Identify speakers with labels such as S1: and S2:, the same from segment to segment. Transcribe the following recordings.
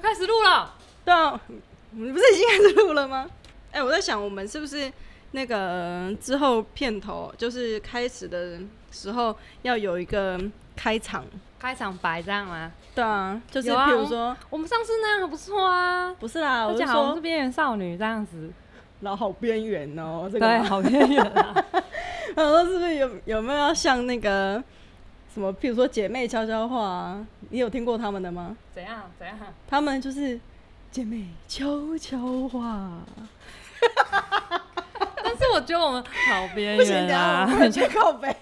S1: 开始录了。
S2: 对啊，你不是已经开始录了吗？哎、我在想，我们是不是那个之后片头就是开始的时候要有一个开场？
S1: 开场白这样吗？
S2: 对啊，就是
S1: 有啊
S2: 譬如说，
S1: 我们上次那样很不错啊，
S2: 不是啦，我
S1: 而
S2: 是
S1: 且好像是
S2: 说
S1: 边缘少女这样子，
S2: 老好边缘哦，这
S1: 对，
S2: 个
S1: 好边缘啊。
S2: 然后是不是有有没有要像那个什么，譬如说姐妹悄悄话、啊，你有听过他们的吗？
S1: 怎样怎样？
S2: 他们就是姐妹悄悄话，
S1: 但是我觉得我们好边
S2: 不行，
S1: 缘
S2: 等
S1: 啊
S2: 下我，们去靠北。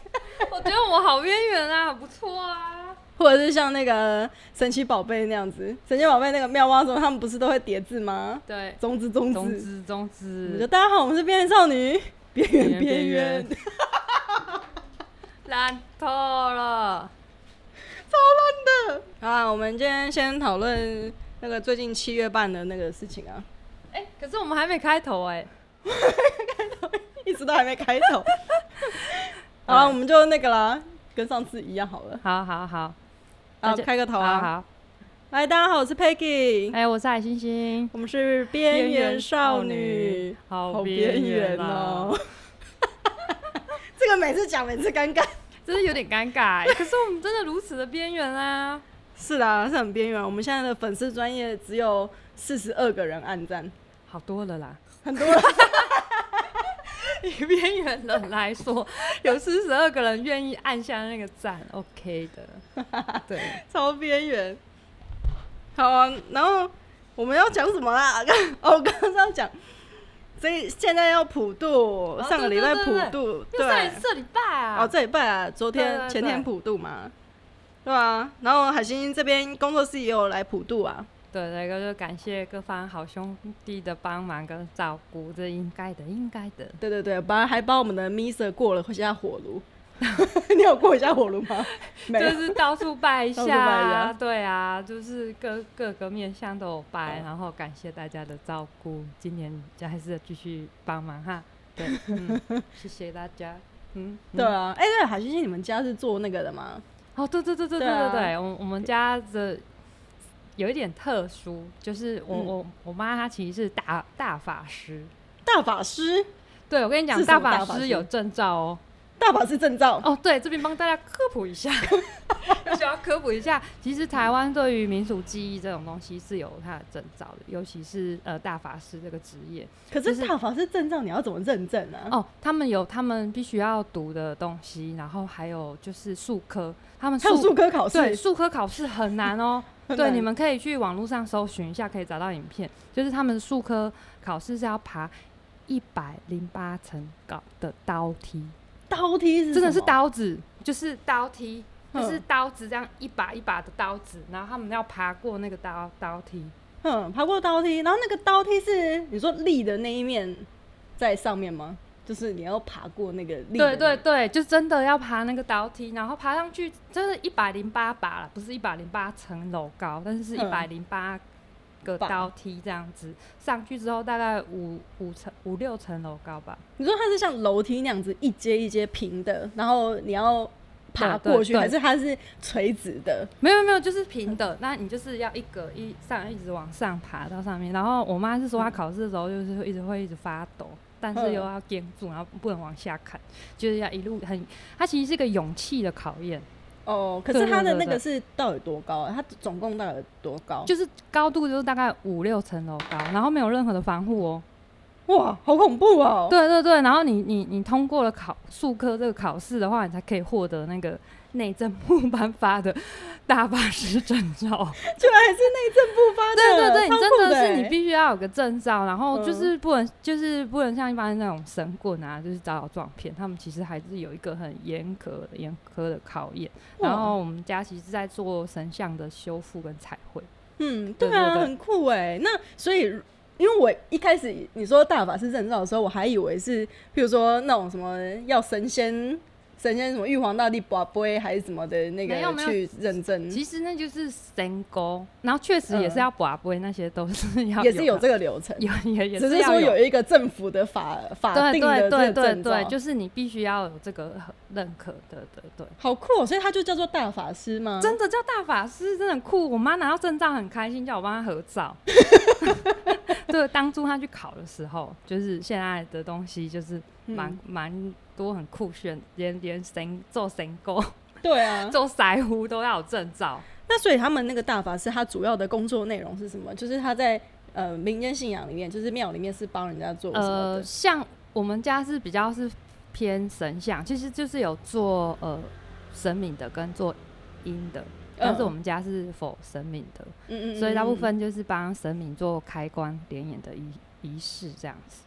S1: 我觉得我好边缘啊，很不错啊。
S2: 或者是像那个神奇宝贝那样子，神奇宝贝那个妙蛙什么，他们不是都会叠字吗？
S1: 对，
S2: 中之中
S1: 中
S2: 之，
S1: 之中
S2: 我们就
S1: 之，
S2: 大家好，我们是边缘少女，边缘
S1: 边
S2: 边
S1: 缘
S2: 缘，
S1: 烂透了。
S2: 超烂的。啊，我们今天先讨论那个最近七月半的那个事情啊，
S1: 哎、可是我们还没开头哎、
S2: 一直都还没开 头。好了，我们就那个啦，跟上次一样好了。
S1: 好好好，
S2: 啊，
S1: 大家
S2: 开个头
S1: 好
S2: 啊！
S1: 好。
S2: 来，大家好，我是 Peggy，
S1: 哎、我是海星星。
S2: 我们是边缘少女，
S1: 好
S2: 好边缘
S1: 啊
S2: 哦。 这个每次讲每次尴尬。
S1: 真的有点尴尬欸。可是我们真的如此的边缘啊！
S2: 是啦，是很边缘。我们现在的粉丝专业只有四十二个人按赞，
S1: 好多了啦，
S2: 很多人
S1: 以边缘人来说，有四十二个人愿意按下那个赞，OK 的。 对，
S2: 超边缘。好啊，然后我们要讲什么啦？ 哦，我刚刚是要讲，所以现在要普渡，
S1: 哦
S2: 上个礼拜普渡，
S1: 就在
S2: 对，
S1: 这礼拜啊。
S2: 哦，这礼拜啊，昨天
S1: 对对对
S2: 前天普渡嘛，对啊。然后海星这边工作室也有来普渡啊，
S1: 对，那个就感谢各方好兄弟的帮忙跟照顾，这应该的，应该的。
S2: 对对对，把还帮我们的 Miser 过了一下火炉。 你有过一下火炉 吗？没有
S1: 就。是到处拜一
S2: 到处
S1: 下
S2: 拜一
S1: 啊，
S2: 下
S1: 对啊，就是各各个面向都有拜，
S2: 哦
S1: 然后感谢大家的照顾，今年还是继续帮忙哈，对，嗯， 谢谢大家，嗯，嗯
S2: 对，啊，哎、对，海星星，你们家是做那个的吗？
S1: 哦，对对对对对
S2: 对
S1: 对
S2: 啊
S1: 对，我我们家的有一点特殊，就是我、
S2: 嗯
S1: 我我妈她其实是大大法师，
S2: 大法师，
S1: 对我跟你讲，
S2: 是什么
S1: 法
S2: 大法
S1: 师
S2: 师
S1: 有证照哦，
S2: 大法师证照，
S1: 哦，对，这边帮大家科普 一下，我想要科普一下，其实台湾对于民俗记忆这种东西是有它的证照的，尤其是呃大法师这个职业
S2: 可
S1: 就是是
S2: 大法师证照你要怎么认证啊？
S1: 哦，他们有他们必须要读的东西，然后还有就是术科，他们
S2: 还有
S1: 术
S2: 术科考
S1: 对
S2: 试，
S1: 术科考试很难哦，
S2: 很
S1: 对，
S2: 难
S1: 你们可以去网络上搜寻一下，可以找到影片，就是他们术科考试是要爬一百零八层高的刀梯。
S2: 刀梯是
S1: 真的是
S2: 什么，
S1: 刀子，就是刀梯，就
S2: 嗯
S1: 是刀子这样一把一把的刀子，然后他们要爬过那个刀刀梯。
S2: 嗯，爬过刀梯，然后那个刀梯是你说立的那一面在上面吗？就是你要爬过那个立的那
S1: 对
S2: 一，
S1: 对对，就真的要爬那个刀梯，然后爬上去，真的一百零八把了，不是一百零八层楼高，但是是一百零八个
S2: 把
S1: 刀梯这样子。上去之后大概五五层五六层楼高吧。
S2: 你说它是像楼梯那样子一阶一阶平的，然后你要爬
S1: 对对
S2: 过去，
S1: 对
S2: 还是它是垂直的？
S1: 没有没有，就是平的，那你就是要一格一上一直往上爬到上面。然后我妈是说，她考试的时候就是会一直会一直发抖，但是
S2: 嗯
S1: 又要盯住，然后不能往下看，就是要一路很。它其实是一个勇气的考验，
S2: 哦，可
S1: 对
S2: 是
S1: 对
S2: 它的
S1: 对
S2: 那
S1: 对
S2: 个是到底多高啊？它总共到底有多高？
S1: 就是高度就是大概五六层楼高，然后没有任何的防护哦。
S2: 哇，好恐怖哦！
S1: 对对对，然后你你你通过了考数科这个考试的话，你才可以获得那个内政部颁发的大法师证照。
S2: 居然还是内政部发的，
S1: 对对对，你
S2: 超酷
S1: 真
S2: 的
S1: 的是
S2: 欸
S1: 你必须要有个证照，然后就
S2: 嗯
S1: 是不能、就是不能像一般那种神棍啊，就是找找撞骗，他们其实还是有一个很严格的严苛的考验。然
S2: 哇
S1: 后我们家其实是在做神像的修复跟彩绘，
S2: 嗯，
S1: 对
S2: 对啊，
S1: 对对
S2: 很酷哎。那所以，因为我一开始你说大法师证照的时候，我还以为是，譬如说那种什么要神仙神仙什么玉皇大帝宝贝还是什么的那个
S1: 没有没有
S2: 去认证，
S1: 其实那就是神沟，然后确实也是要把杯，那些都是 要
S2: 嗯也是有
S1: 有
S2: 这个流程，
S1: 有也也
S2: 只
S1: 是
S2: 是
S1: 要
S2: 说有一个政府的法法定
S1: 对
S2: 的这个
S1: 对对
S2: 证
S1: 对
S2: 照
S1: 对，，就是你必须要有这个认可，对对对。
S2: 好酷、哦，所以他就叫做大法师吗？
S1: 真的叫大法师，真的很酷。我妈拿到证照很开心，叫我帮她合 照。对，当初她去考的时候，就是现在的东西就是
S2: 嗯
S1: 蛮蛮、多很酷炫，连连神做神钩、
S2: 对啊，
S1: 做腮胡都要有证照。
S2: 那所以他们那个大法师他主要的工作内容是什么？就是他在呃民间信仰里面，就是庙里面是帮人家做什么
S1: 呃，
S2: 的？
S1: 像我们家是比较是偏神像，其实就是有做呃神明的跟做阴的，呃但是我们家是否神明的，
S2: 嗯嗯嗯嗯
S1: 所以大部
S2: 嗯
S1: 分就是帮神明做开光点眼的仪仪式这样子。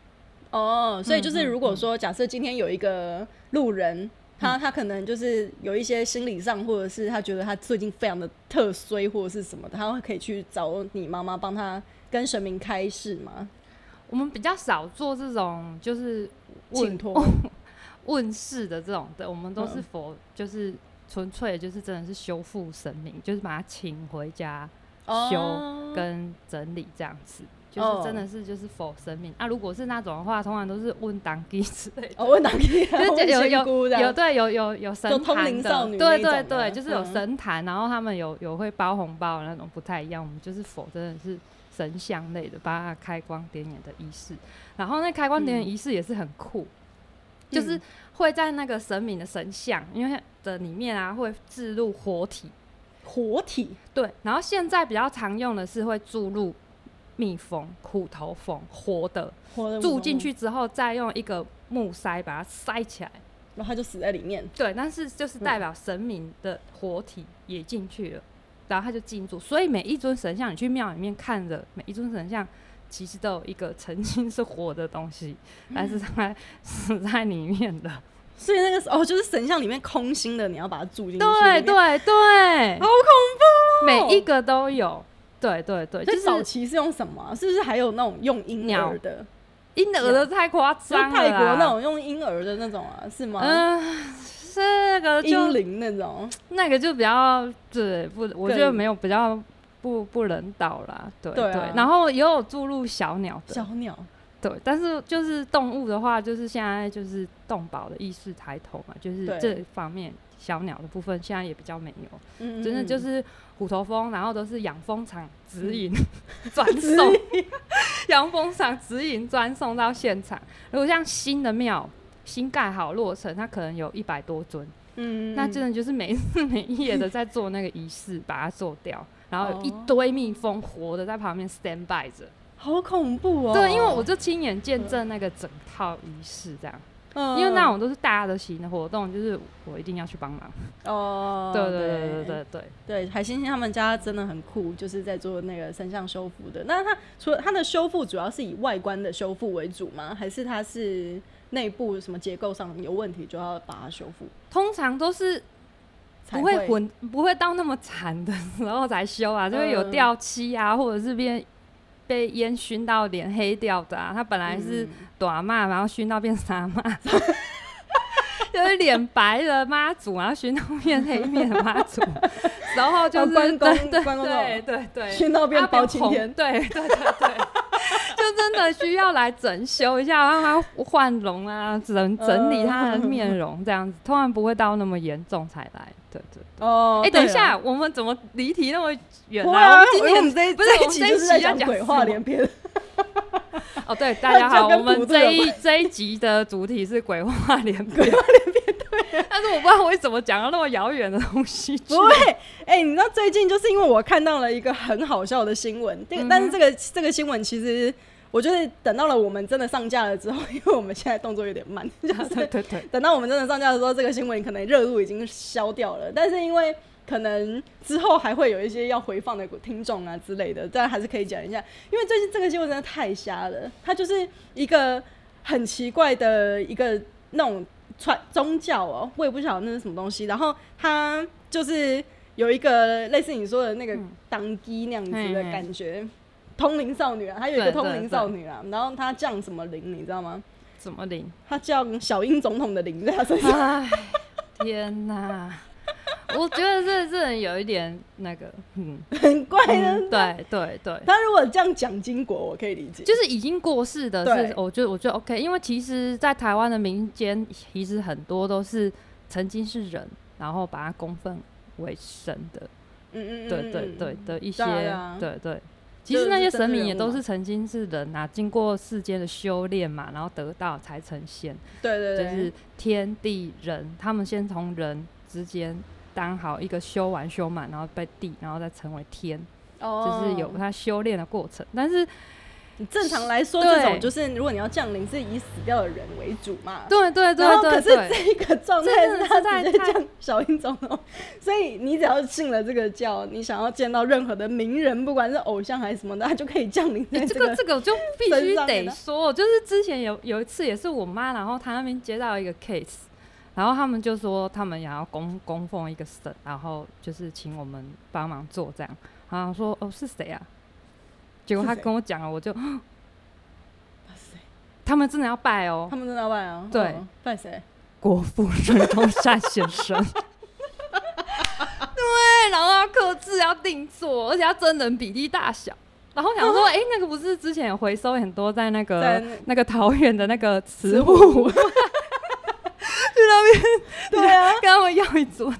S2: 哦，所以就是
S1: 嗯嗯
S2: 如果说假设今天有一个路人。
S1: 嗯
S2: 他他可能就是有一些心理上，或者是他觉得他最近非常的特衰，或者是什么的，他会可以去找你妈妈帮他跟神明开示嘛，
S1: 我们比较少做这种就是
S2: 请
S1: 问
S2: 托。
S1: 问世的这种的，我们都是
S2: 嗯
S1: 佛，就是纯粹就是真的是修复神明，就是把他请回家
S2: 哦，
S1: 跟整理这样子，就
S2: 哦
S1: 是真的是就是佛神明。啊，如果是那种的话，通常都是问当地之类的。
S2: 哦，问哪里啊？
S1: 就是
S2: 问
S1: 有
S2: 仙
S1: 有
S2: 姑的啊
S1: 有对有有有神
S2: 就
S1: 坛的，
S2: 通灵少女那
S1: 对
S2: 一种的
S1: 对对，就是有
S2: 嗯
S1: 神坛，然后他们有有会包红包的那种不太一样，我们就是佛真的是神像类的，把它开光点眼的仪式，然后那开光点眼仪式也是很酷，嗯就是会在那个神明的神像因为的里面啊会置入活体，
S2: 活体
S1: 对，然后现在比较常用的是会注入蜜蜂、虎头蜂活的，
S2: 活的
S1: 注进，去之后再用一个木塞把它塞起来。
S2: 然后他就死在里面。
S1: 对，但是就是
S2: 嗯
S1: 代表神明的活体也进去了，然后他就进驻。所以每一尊神像，你去庙里面看着，每一尊神像其实都有一个曾经是活的东西，但
S2: 嗯
S1: 是它死在里面的。
S2: 所以那个时候哦，就是神像里面空心的，你要把它注进去。
S1: 对
S2: 里面，哦
S1: 对对
S2: 好，恐怖、哦！
S1: 每一，个都有。对对对，就
S2: 所以早
S1: 是
S2: 期是用什么啊、是不是还有那种用婴儿的？
S1: 婴儿的太夸
S2: 就是
S1: 张了
S2: 泰
S1: 啦。
S2: 国那种用婴儿的那种啊，是吗？
S1: 啊嗯、是那个就
S2: 婴灵那种，
S1: 那个就比较对不，我觉得没有比较不不人道啦，对
S2: 对啊
S1: 然后也有注入小鸟
S2: 小
S1: 的，
S2: 鸟。
S1: 对，但是就是动物的话，就是现在就是动保的意识抬头嘛，就是
S2: 对
S1: 这方面小鸟的部分现在也比较没有，
S2: 嗯，
S1: 真的
S2: 嗯
S1: 就
S2: 嗯
S1: 是虎头蜂，然后都是养蜂场 直营转送，养蜂场直营专送到现场。如果像新的庙新盖好落成，它可能有一百多尊。
S2: 嗯，
S1: 那真
S2: 的
S1: 的就是每日 每夜的在做那个仪式，把它做掉，然后有一
S2: 哦
S1: 堆蜜蜂活的在旁边 stand by 着。
S2: 好恐怖哦。
S1: 对，因为我就亲眼见证那个整套仪式这样，
S2: 嗯，
S1: 因为那种都是大的型的活动，就是我一定要去帮忙。
S2: 哦，
S1: 对对对对对对，
S2: 对，海星星他们家真的很酷，就是在做那个神像修复的。那它除了它的修复主要是以外观的修复为主吗？还是它是内部什么结构上有问题就要把它修复？
S1: 通常都是
S2: 才
S1: 不
S2: 会
S1: 会混，不会到那么惨的时候才修啊，就会有
S2: 嗯
S1: 掉漆啊，或者是变被烟熏到脸黑掉的啊。他本来
S2: 嗯
S1: 是短骂，然后熏到变傻骂， 就是脸白的妈祖，然后熏到变黑面的妈祖，然后就
S2: 哦
S1: 是
S2: 关公
S1: 对对
S2: 关公那
S1: 对
S2: 种
S1: 对对，
S2: 熏到变
S1: 啊
S2: 包青天
S1: 红对对对对。 就真的需要来整修一下，让他换容啊，整整理他的面容，这样子，通常不会到那么严重才来。对对
S2: 哦。
S1: 哎、
S2: 对
S1: 等一
S2: 啊，
S1: 下，我们怎么离题那么远
S2: 不会
S1: 啊？
S2: 啊，
S1: 我
S2: 因
S1: 们
S2: 为我们
S1: 今
S2: 这一
S1: 天不是
S2: 这
S1: 我
S2: 一
S1: 们
S2: 集
S1: 这
S2: 就是在
S1: 集要
S2: 讲鬼话
S1: 什么
S2: 连篇，
S1: 哦，对，大家好，
S2: 就跟
S1: 我们
S2: 古镇有
S1: 这一这一集的主题是鬼话连篇， 鬼话连篇对。但是我不知道我为什么讲到那么遥远的东西去
S2: 不。会。 哎、你知道最近就是因为我看到了一个很好笑的新闻，但、但是这个这个新闻其实。我就是等到了我们真的上架了之后， 因为我们现在动作有点慢，就是
S1: 对对对，
S2: 等到我们真的上架的时候，这个新闻可能热度已经消掉了，但是因为可能之后还会有一些要回放的听众啊之类的，但还是可以讲一下，因为最近这个新闻真的太瞎了，它就是一个很奇怪的一个那种传宗教哦，我也不晓得那是什么东西，然后它就是有一个类似你说的那个
S1: 嗯
S2: 当机那样子
S1: 嘿
S2: 的
S1: 嘿
S2: 感觉。通灵少女啊，她有一个
S1: 对
S2: 通
S1: 对
S2: 灵
S1: 对
S2: 少女啊，然后她降什么灵，你知道吗？
S1: 怎么领？
S2: 她降小英总统的灵在她身上。
S1: 唉，天哪！我觉得这这人有一点那个，嗯，
S2: 很怪的。
S1: 嗯对对对，
S2: 他如果这样讲巾国，我可以理解。
S1: 就是已经过世的
S2: 对
S1: 是，我觉得我觉得 OK，因为其实，在台湾的民间，其实很多都是曾经是人，然后把它供奉为神的，
S2: 嗯嗯嗯，
S1: 对对
S2: 嗯
S1: 对，的一些，
S2: 对啊
S1: 对对。其实那些神明也都
S2: 就是
S1: 曾经是人啊，经过世间的修炼嘛，然后得道才成仙，
S2: 对对
S1: 就
S2: 对，
S1: 是天地人，他们先从人之间当好一个修完修满，然后被地，然后再成为天，
S2: 哦
S1: 就是有他修炼的过程。但是
S2: 正常来说，
S1: 对
S2: 这种就是如果你要降临，是以死掉的人为主嘛。
S1: 对对
S2: 然
S1: 对
S2: 后可
S1: 对
S2: 是
S1: 对，
S2: 这个状态
S1: 真的
S2: 是
S1: 是
S2: 他
S1: 太
S2: 直接降小英总统， 所以你只要信了这个教，你想要见到任何的名人，不管是偶像还是什么的，他就可以降临在
S1: 欸这
S2: 个
S1: 个。这个我就必
S2: 身
S1: 须
S2: 上面
S1: 得
S2: 的
S1: 说，就是之前有有一次也是我妈，然后她那边接到一个 case，然后他们就说他们也要供供奉一个神，然后就是请我们帮忙做这样，然后说哦是谁啊？结果
S2: 是
S1: 她
S2: 谁
S1: 跟我讲了，我就
S2: 哇塞
S1: 他们真的要拜哦
S2: 他，们真的要拜啊？
S1: 对
S2: 哦，拜谁？
S1: 国父孙中山先生。对，然后要刻字，要定做，而且要真人比例大小。然后想说，哎、那个不是之前有回收很多在那个
S2: 在
S1: 那个桃园的那个慈物，
S2: 慈
S1: 去那边
S2: 对 啊，
S1: 跟他们要一座，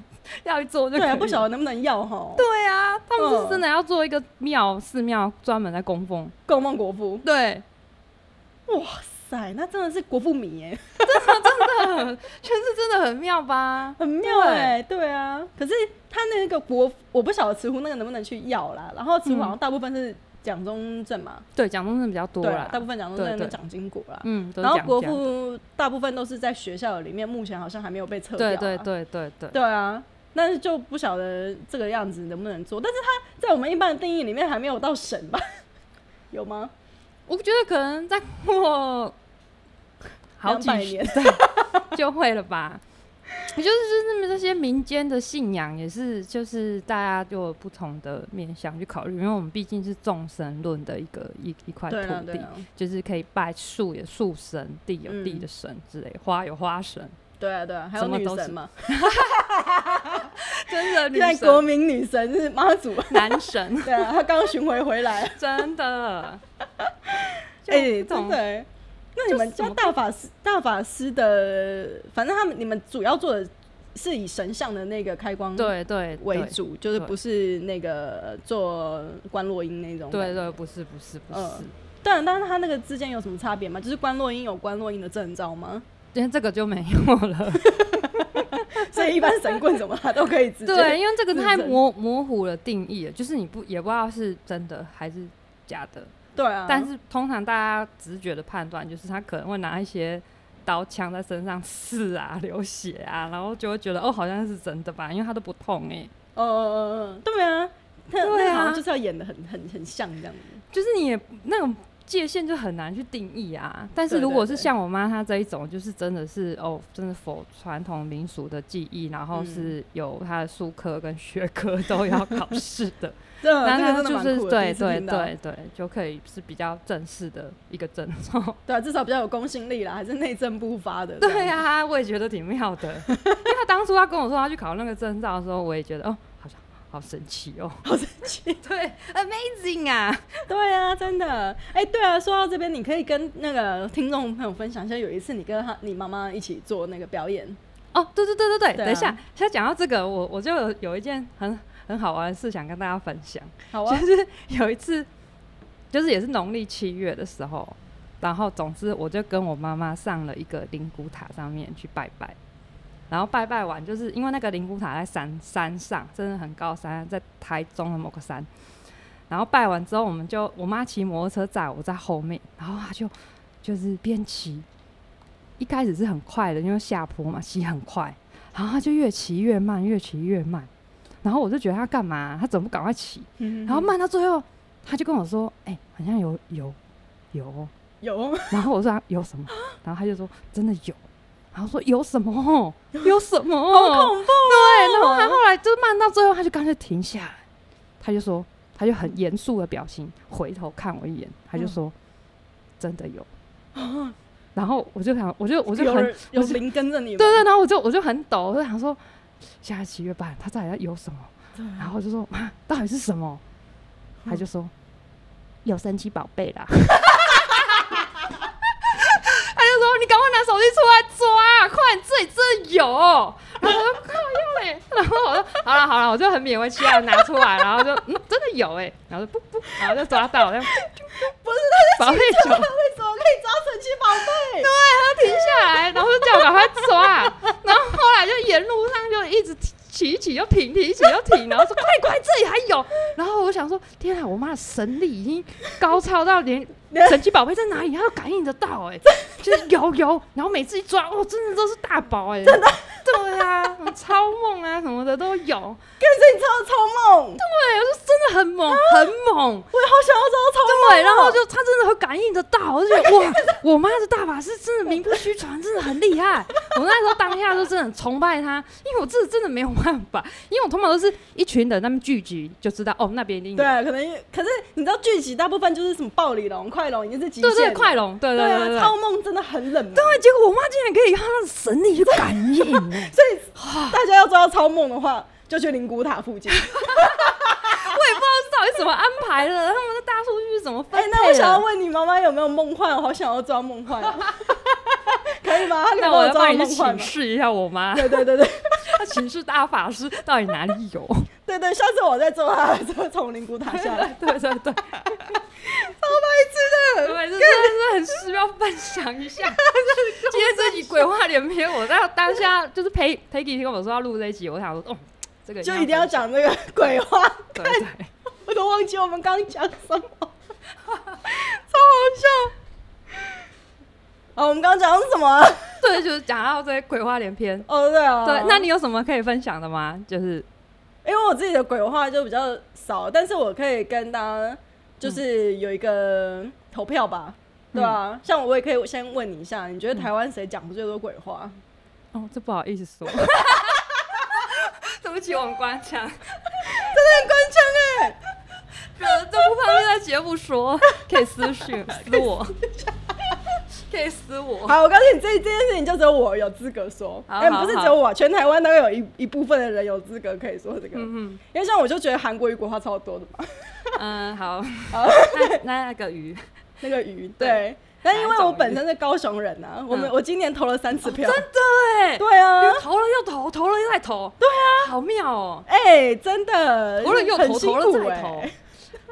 S1: 要一座就
S2: 对
S1: 可以
S2: 啊，
S1: 了。
S2: 不晓得能不能要哈？哦
S1: 对啊，他们是
S2: 嗯
S1: 真的要做一个庙寺庙，专门在供奉。
S2: 供奉国父，
S1: 对，
S2: 哇塞，那真的是国父迷耶，
S1: 真的很，全是真的很妙吧？
S2: 很妙哎。对啊，可是他那个国，我不晓得慈湖那个能不能去要啦。然后慈湖好像大部分是蒋中正嘛，
S1: 对，蒋中正比较嗯多
S2: 对啊
S1: 啦，
S2: 大部分蒋中
S1: 对
S2: 正
S1: 对
S2: 跟蒋经国啦。
S1: 嗯，都是
S2: 然后
S1: 蒋
S2: 国
S1: 家
S2: 父大部分都是在学校里面，目前好像还没有被撤掉
S1: 对
S2: 啊。
S1: 对对对对，
S2: 对啊，但是就不晓得这个样子能不能做。但是他在我们一般的定义里面还没有到神吧？ 有吗？
S1: 我觉得可能再过好几
S2: 200
S1: 十
S2: 年
S1: 对就会了吧。也就是就是那么这些民间的信仰，也是就是大家就有不同的面向去考虑，因为我们毕竟是众神论的一个一一块土
S2: 对啊，
S1: 地，
S2: 对啊，
S1: 就是可以拜树有树神，地有地
S2: 嗯
S1: 的神之类，花有花神，
S2: 对啊，对啊，还有
S1: 什么
S2: 女
S1: 都
S2: 神
S1: 是
S2: 嘛，
S1: 真的女
S2: 现在国
S1: 神、
S2: 民女神是妈祖。
S1: 男 神，
S2: 对啊，他刚巡回回来。
S1: 真的。就
S2: 哎、
S1: 不
S2: 真
S1: 懂
S2: 的、欸。那你们
S1: 就是什
S2: 家
S1: 么
S2: 大法师大法师的，反正他们你们主要做的是以神像的那个开光
S1: 对对
S2: 为
S1: 对
S2: 主，就是
S1: 对
S2: 不是那个做观落音那种感
S1: 对
S2: 觉。
S1: 对，不是不是不是，
S2: 嗯当然，但是它那个之间有什么差别吗？就是观落音有观落音的证照吗？
S1: 今天这个就没有了。
S2: 所以一般神棍什么他都可以直接。
S1: 对，因为这个
S2: 自
S1: 太
S2: 证
S1: 模模糊了定义了，就是你不也不知道是真的还是假的。
S2: 对啊，
S1: 但是通常大家直觉的判断就是他可能会拿一些刀枪在身上刺啊、 流血啊，然后就会觉得哦好像是真的吧，因为他都不痛哎、
S2: 哦哦哦哦，对啊，他
S1: 对
S2: 那
S1: 啊
S2: 好像就是要演的很很很像这样子。
S1: 就是你也那种界限就很难去定义啊。但是
S2: 对
S1: 如
S2: 对
S1: 果是
S2: 对
S1: 像我妈她这一种，就是真的是哦，真的否传统民俗的记忆，然后
S2: 嗯
S1: 是有她的术科跟学科 都要考试的。
S2: 这啊这个真
S1: 那
S2: 的
S1: 就
S2: 蛮
S1: 是
S2: 酷的，第
S1: 对
S2: 一次
S1: 对
S2: 听到
S1: 对对，就可以是比较正式的一个证 照。
S2: 对啊，至少比较有公信力啦，还是内政部发的。
S1: 对啊，我也觉得挺 妙的，因为他当初他跟我说他去考那个证照的时候，我也觉得哦，好像好神奇 哦，
S2: 好神奇。
S1: 对，amazing 啊，
S2: 对啊，真的。哎、对啊，说到这边，你可以跟那个听众朋友分享一下，有一次你跟他、你妈妈一起做那个表演。
S1: 哦，对对对对对，
S2: 对啊
S1: 等一下，他讲到这个，我我就有有一件很很好玩的事想跟大家分享，
S2: 好啊，
S1: 就是 有一次，就是也是农历七月的时候。然后，总之，我就跟我妈妈上了一个灵骨塔上面去拜拜，然后拜拜完，就是因为那个灵骨塔在山山上，真的很高山，在台中的某个山。然后拜完之后，我们就我妈骑摩托车载我在后面，然后她就就是边骑，一开始是很快的，因为下坡嘛，骑很快，然后她就越骑越慢，越骑越慢。然后我就觉得她干嘛？她怎么不赶快骑？
S2: 然
S1: 然后慢到最后，他就跟我说：“哎、好像有有有哦。
S2: 有”
S1: 然后我说啊：“有什么？”然后他就说：“真的有。”然后说：“有什么？有什么？”好
S2: 恐怖、哦
S1: 对，然后他后来就慢到最后，他就干脆停下来，他就说，他就很
S2: 嗯
S1: 严肃的表情回头看我一眼，他就说：“真的有。”然后我就想，我就我就
S2: 有
S1: 很
S2: 人有
S1: 我是
S2: 灵跟着你们，
S1: 对对，然后我就我就很抖，我就想说下七月半他到底在有什么？
S2: 对
S1: 然后我就说 妈，到底是什么？他就说嗯有神奇宝贝 啦。他就说：“你赶快拿手机出来抓，快！这里真的有。”然后我说：“靠，要嘞！”然后我说：“好了好了，我就很勉为其难地拿出来，然后就嗯，真的有哎、然后就不不，然后就抓到， 这样
S2: 不是他
S1: 宝
S2: 在
S1: 贝
S2: 寻找他
S1: 酒
S2: 为什么可以抓神奇宝贝？
S1: 对，他停下来，然后就叫我赶快抓， 然后后来就沿路上就一直提一起就停，提一起就停，然后说快点快点，这里还有。 然后我想说，天啊，我妈的神力已经高超到连神奇宝贝在哪里，她都感应得到、哎， 就是有有。然后每次一抓，哦，真的都是大宝、哎， 真的，对啊，超梦啊什么的都有。
S2: 跟着你知道超梦，
S1: 对，我说真的很猛，很猛。
S2: 我也好想要知道超梦哦。
S1: 对，然后就他真的会感应得到，而且 哇，我妈的大法师真的名不虚传，真的很厉害。我那时候当下就真的很崇拜她，因为我自己真的没有办法，因为我通常都是一群人他们聚集就知道哦那边一定有
S2: 对，啊，可能可是你知道剧集大部分就是什么暴鲤龙、快龙已经是极限了，
S1: 对对快龙，对
S2: 对
S1: 对
S2: 啊
S1: 对，对。
S2: 超梦真的很冷门，
S1: 对，结果我妈竟然可以靠她的神力去感应、欸，
S2: 所以大家要抓到超梦的话，就去灵骨塔附 近。
S1: 我 也不知道是到底怎么安排的，他们的大数据是怎么分
S2: 哎、
S1: 配的。
S2: 那我想要问你妈妈有没有梦幻？我好想要抓梦 幻哦，可以吗？她可以
S1: 那
S2: 帮
S1: 我要
S2: 抓
S1: 帮
S2: 到
S1: 你
S2: 梦
S1: 去
S2: 幻吗？
S1: 请示一下我 妈，
S2: 对对对 对
S1: 她请示大法师到底哪里有？
S2: 对对，下次我再做她的时候，从灵骨塔下 来。
S1: 对对对，
S2: 白痴的，
S1: 对，这真的是很需要分享一下。今天这集鬼话连篇，我到当下就是 Peg Peggy 跟我说要录这一集，我想说，哦，这个
S2: 就一定要讲这个鬼话，
S1: 分享对对。
S2: 我都忘记我们刚刚讲什 么，超好笑。哦，我们刚刚讲什么啊？
S1: 对，就是讲到这些鬼话连篇。
S2: 哦，对啊，
S1: 对，那你有什么可以分享的吗？就是
S2: 因为我自己的鬼话就比较少，但是我可以跟大家
S1: 嗯
S2: 就是有一个投票吧，对吧、啊？像我也可以先问你一下，你觉得台湾谁讲最多鬼话？
S1: 哦，这不好意思说。 对不起，我们关枪，
S2: 真的很关键哎，
S1: 这这不方便在节目说，可以私讯私我，可以私我。
S2: 好，我告诉你，这这件事情就只有我有资格说，
S1: 好
S2: 哎、
S1: 好
S2: 不是
S1: 好
S2: 只有我啊，全台湾大概有一一部分的人有资格可以说这个，
S1: 嗯
S2: 因为像我就觉得韩国语鬼话超多的嘛，
S1: 嗯嗯，好，
S2: 好
S1: 那那那个鱼，
S2: 那个鱼
S1: 对
S2: 对。但因为我
S1: 哪一种鱼
S2: 本身是高雄人呐、啊，我们、
S1: 嗯哦
S2: 我今年投了三次票，
S1: 对，
S2: 对啊，
S1: 又投了又投，投了又再投，对啊，好妙哦、
S2: 哎、真的，
S1: 投了又
S2: 呃很
S1: 投，
S2: 辛
S1: 投了
S2: 苦
S1: 再
S2: 哎
S1: 投。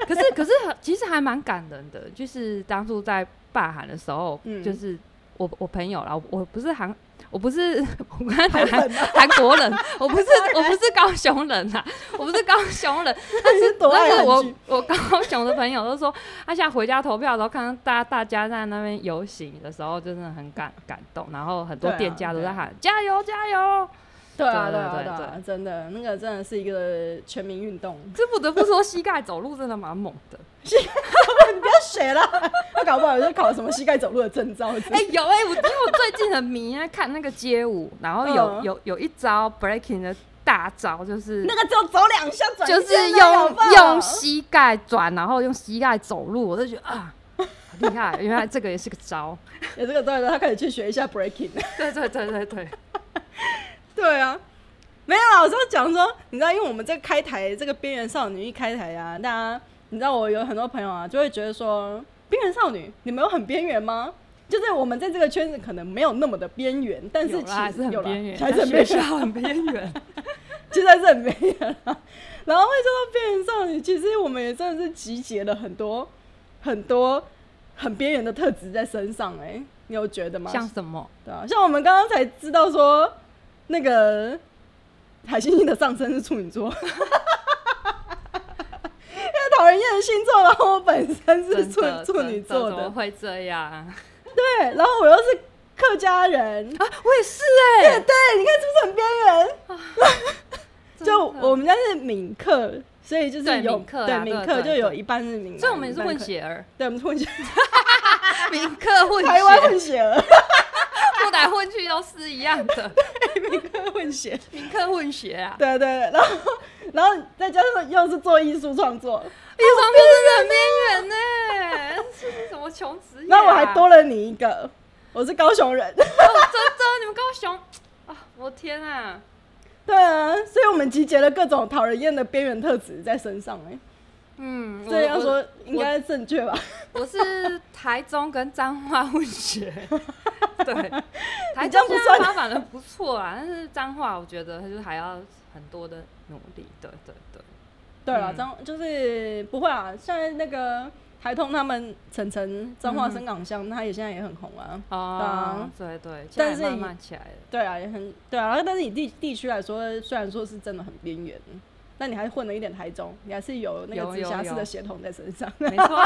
S1: 可是 可是很其实还蛮感人的，就是当初在罢韩的时候，
S2: 嗯
S1: 就是我我朋友啦，我我不是韩。我不是， 我刚才讲
S2: 韩
S1: 韩
S2: 粉
S1: 韩国人，我 不是，我不是高雄人啦，我不是高雄人，
S2: 但 是多爱
S1: 但是
S2: 韩
S1: 我
S2: 剧
S1: 我高雄的朋友都说， 他现在回家投票的时候，看到大大家在那边游行的时候，真的很感感动，然后很多
S2: 对啊
S1: 店家都
S2: 对
S1: 在
S2: 啊
S1: 喊、加油加油，
S2: 对啊，对
S1: 对
S2: 啊，
S1: 对
S2: 对啊，真的，那个真的是一个全民运动。
S1: 这不得不说，膝盖走路真的蛮猛的。
S2: 你不要学 啦，他搞不好就考什么膝盖走路的证照。
S1: 哎、有哎、我因为我最近很迷啊，看那个街舞，然后有、
S2: 嗯
S1: 有有一招 breaking 的大招，就是
S2: 那个只有走两下转一下而
S1: 就
S2: 已，
S1: 是
S2: 好
S1: 用
S2: 不好
S1: 用膝盖转，然后用膝盖走路，我就觉得啊，好厉害， 原来这个也是个招。
S2: 有这个对的，他可以去学一下 breaking。
S1: 对对对对对，
S2: 对啊，没有啦，我是要讲说，你知道，因为我们这个开台这个边缘少女一开台啊，大家你知道我有很多朋友啊，就会觉得说，边缘少女，你们有很边缘吗？就是我们在这个圈子可能没有那么的边缘，但是
S1: 有
S2: 其
S1: 啦，还是
S2: 实
S1: 很
S2: 有啦
S1: 边 缘，
S2: 还是很
S1: 学
S2: 边缘啊
S1: 校。很边 缘。
S2: 就在这很没人啊。然后会说到边缘少女，其实我们也真的是集结了很多很多很边缘的特质在身上、哎，你有觉得吗？
S1: 像什么？
S2: 对啊，像我们刚刚才知道说，那个海星星的上身是处女座。因为讨人厌的星座，然后我本身是处
S1: 真的
S2: 处女
S1: 真的
S2: 座
S1: 怎
S2: 的
S1: 么，会这样 啊？
S2: 对，然后我又是客家人，
S1: 我也是哎、
S2: 对对，你看是不是很边缘？
S1: 真
S2: 就
S1: 的
S2: 我们家是闽客，所以就是
S1: 对
S2: 有
S1: 闽客啊
S2: 对
S1: 对
S2: 闽客
S1: 对
S2: 就有
S1: 对
S2: 一半是闽南，
S1: 所以我们也是
S2: 一半
S1: 混
S2: 客，
S1: 血 儿，
S2: 对，我们是混血，
S1: 民客混血，
S2: 台湾混血儿，
S1: 混来混去都是一样 的，
S2: 闽客 混血，
S1: 民客混血啊。
S2: 对对对，然后然后再加上又是做艺术创作，
S1: 一双 就是很边缘呢，这是什么穷职业啊？哦
S2: 那我还多了你一个，我是高雄人。
S1: 真的，你们高雄啊，我天啊！
S2: 对啊，所以我们集结了各种讨人厌的边缘特质在身上哎、
S1: 嗯，
S2: 所以要
S1: 我
S2: 说应该正确吧？
S1: 我我是台中跟彰化 混血，对，台
S2: 这
S1: 中
S2: 样不
S1: 现在
S2: 算
S1: 发展的不错啊，但是彰化我觉得就是还要很多的努力，对对对，
S2: 对了，
S1: 嗯
S2: 张就是不会啊，现在那个台通他们晨晨彰化
S1: 嗯
S2: 深港乡，他也现在也很红啊。
S1: 哦，对对，现
S2: 但
S1: 在
S2: 是
S1: 慢
S2: 以
S1: 慢起来了，
S2: 对啊，也很对啊，但是以地地区来说，虽然说是真的很边缘，但你还混了一点台中，你还是有那
S1: 有
S2: 个直
S1: 有
S2: 辖市
S1: 有
S2: 的血统在身 上。
S1: 没错。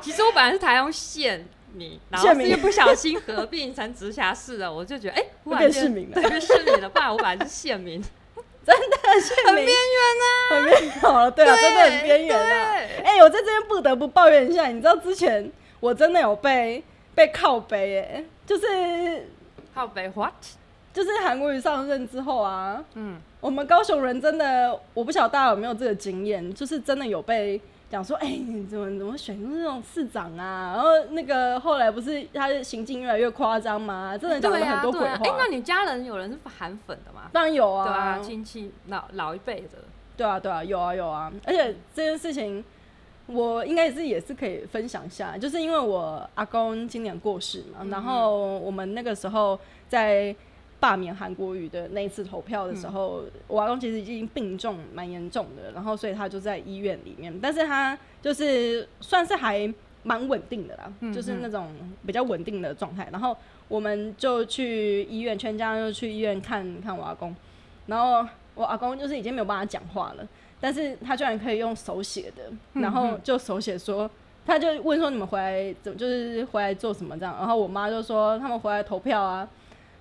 S1: 其实我本来是台中县你，然后
S2: 县
S1: 是
S2: 民
S1: 又不小心合并成直辖市了，我就 觉得哎，忽然
S2: 变
S1: 间
S2: 市民了
S1: 对，变市民了，不然我本来是县 民，
S2: 很边缘啊，很边缘好了，对啊，真的很边缘啊。
S1: 对
S2: 哎、我在这边不得不抱怨一下，你知道之前我真的有被被靠背哎、就是
S1: 靠北 what？
S2: 就是韩国瑜上任之后啊，
S1: 嗯，
S2: 我们高雄人真的，我不晓得大家有没有这个经验，就是真的有被讲说，哎、你怎么怎么选那种市长啊？然后那个后来不是他的行径越来越夸张吗？真的讲
S1: 对
S2: 了
S1: 啊，
S2: 很多
S1: 对
S2: 鬼话。
S1: 啊。哎、那你家人有人是韩粉的吗？
S2: 当然有
S1: 对啊，
S2: 啊，
S1: 亲戚老老一辈的，
S2: 对啊，对啊，有啊，有啊。而且这件事情，我应该也是也是可以分享一下，就是因为我阿公今年过世嘛，然后我们那个时候在罢免韩国瑜的那一次投票的时候，我阿公其实已经病重蛮严重的，然后所以他就在医院里面，但是他就是算是还蛮稳定的啦，
S1: 嗯
S2: 就是
S1: 嗯
S2: 那种比较稳定的状态。然后我们就去医院，全家就去医院看看我阿公，然后我阿公就是已经没有办法讲话了，但是他居然可以用手写的，
S1: 嗯
S2: 然后
S1: 嗯
S2: 就手写说。他就问说你们回来怎么就是回来做什么这样，然后我妈就说他们回来投票啊，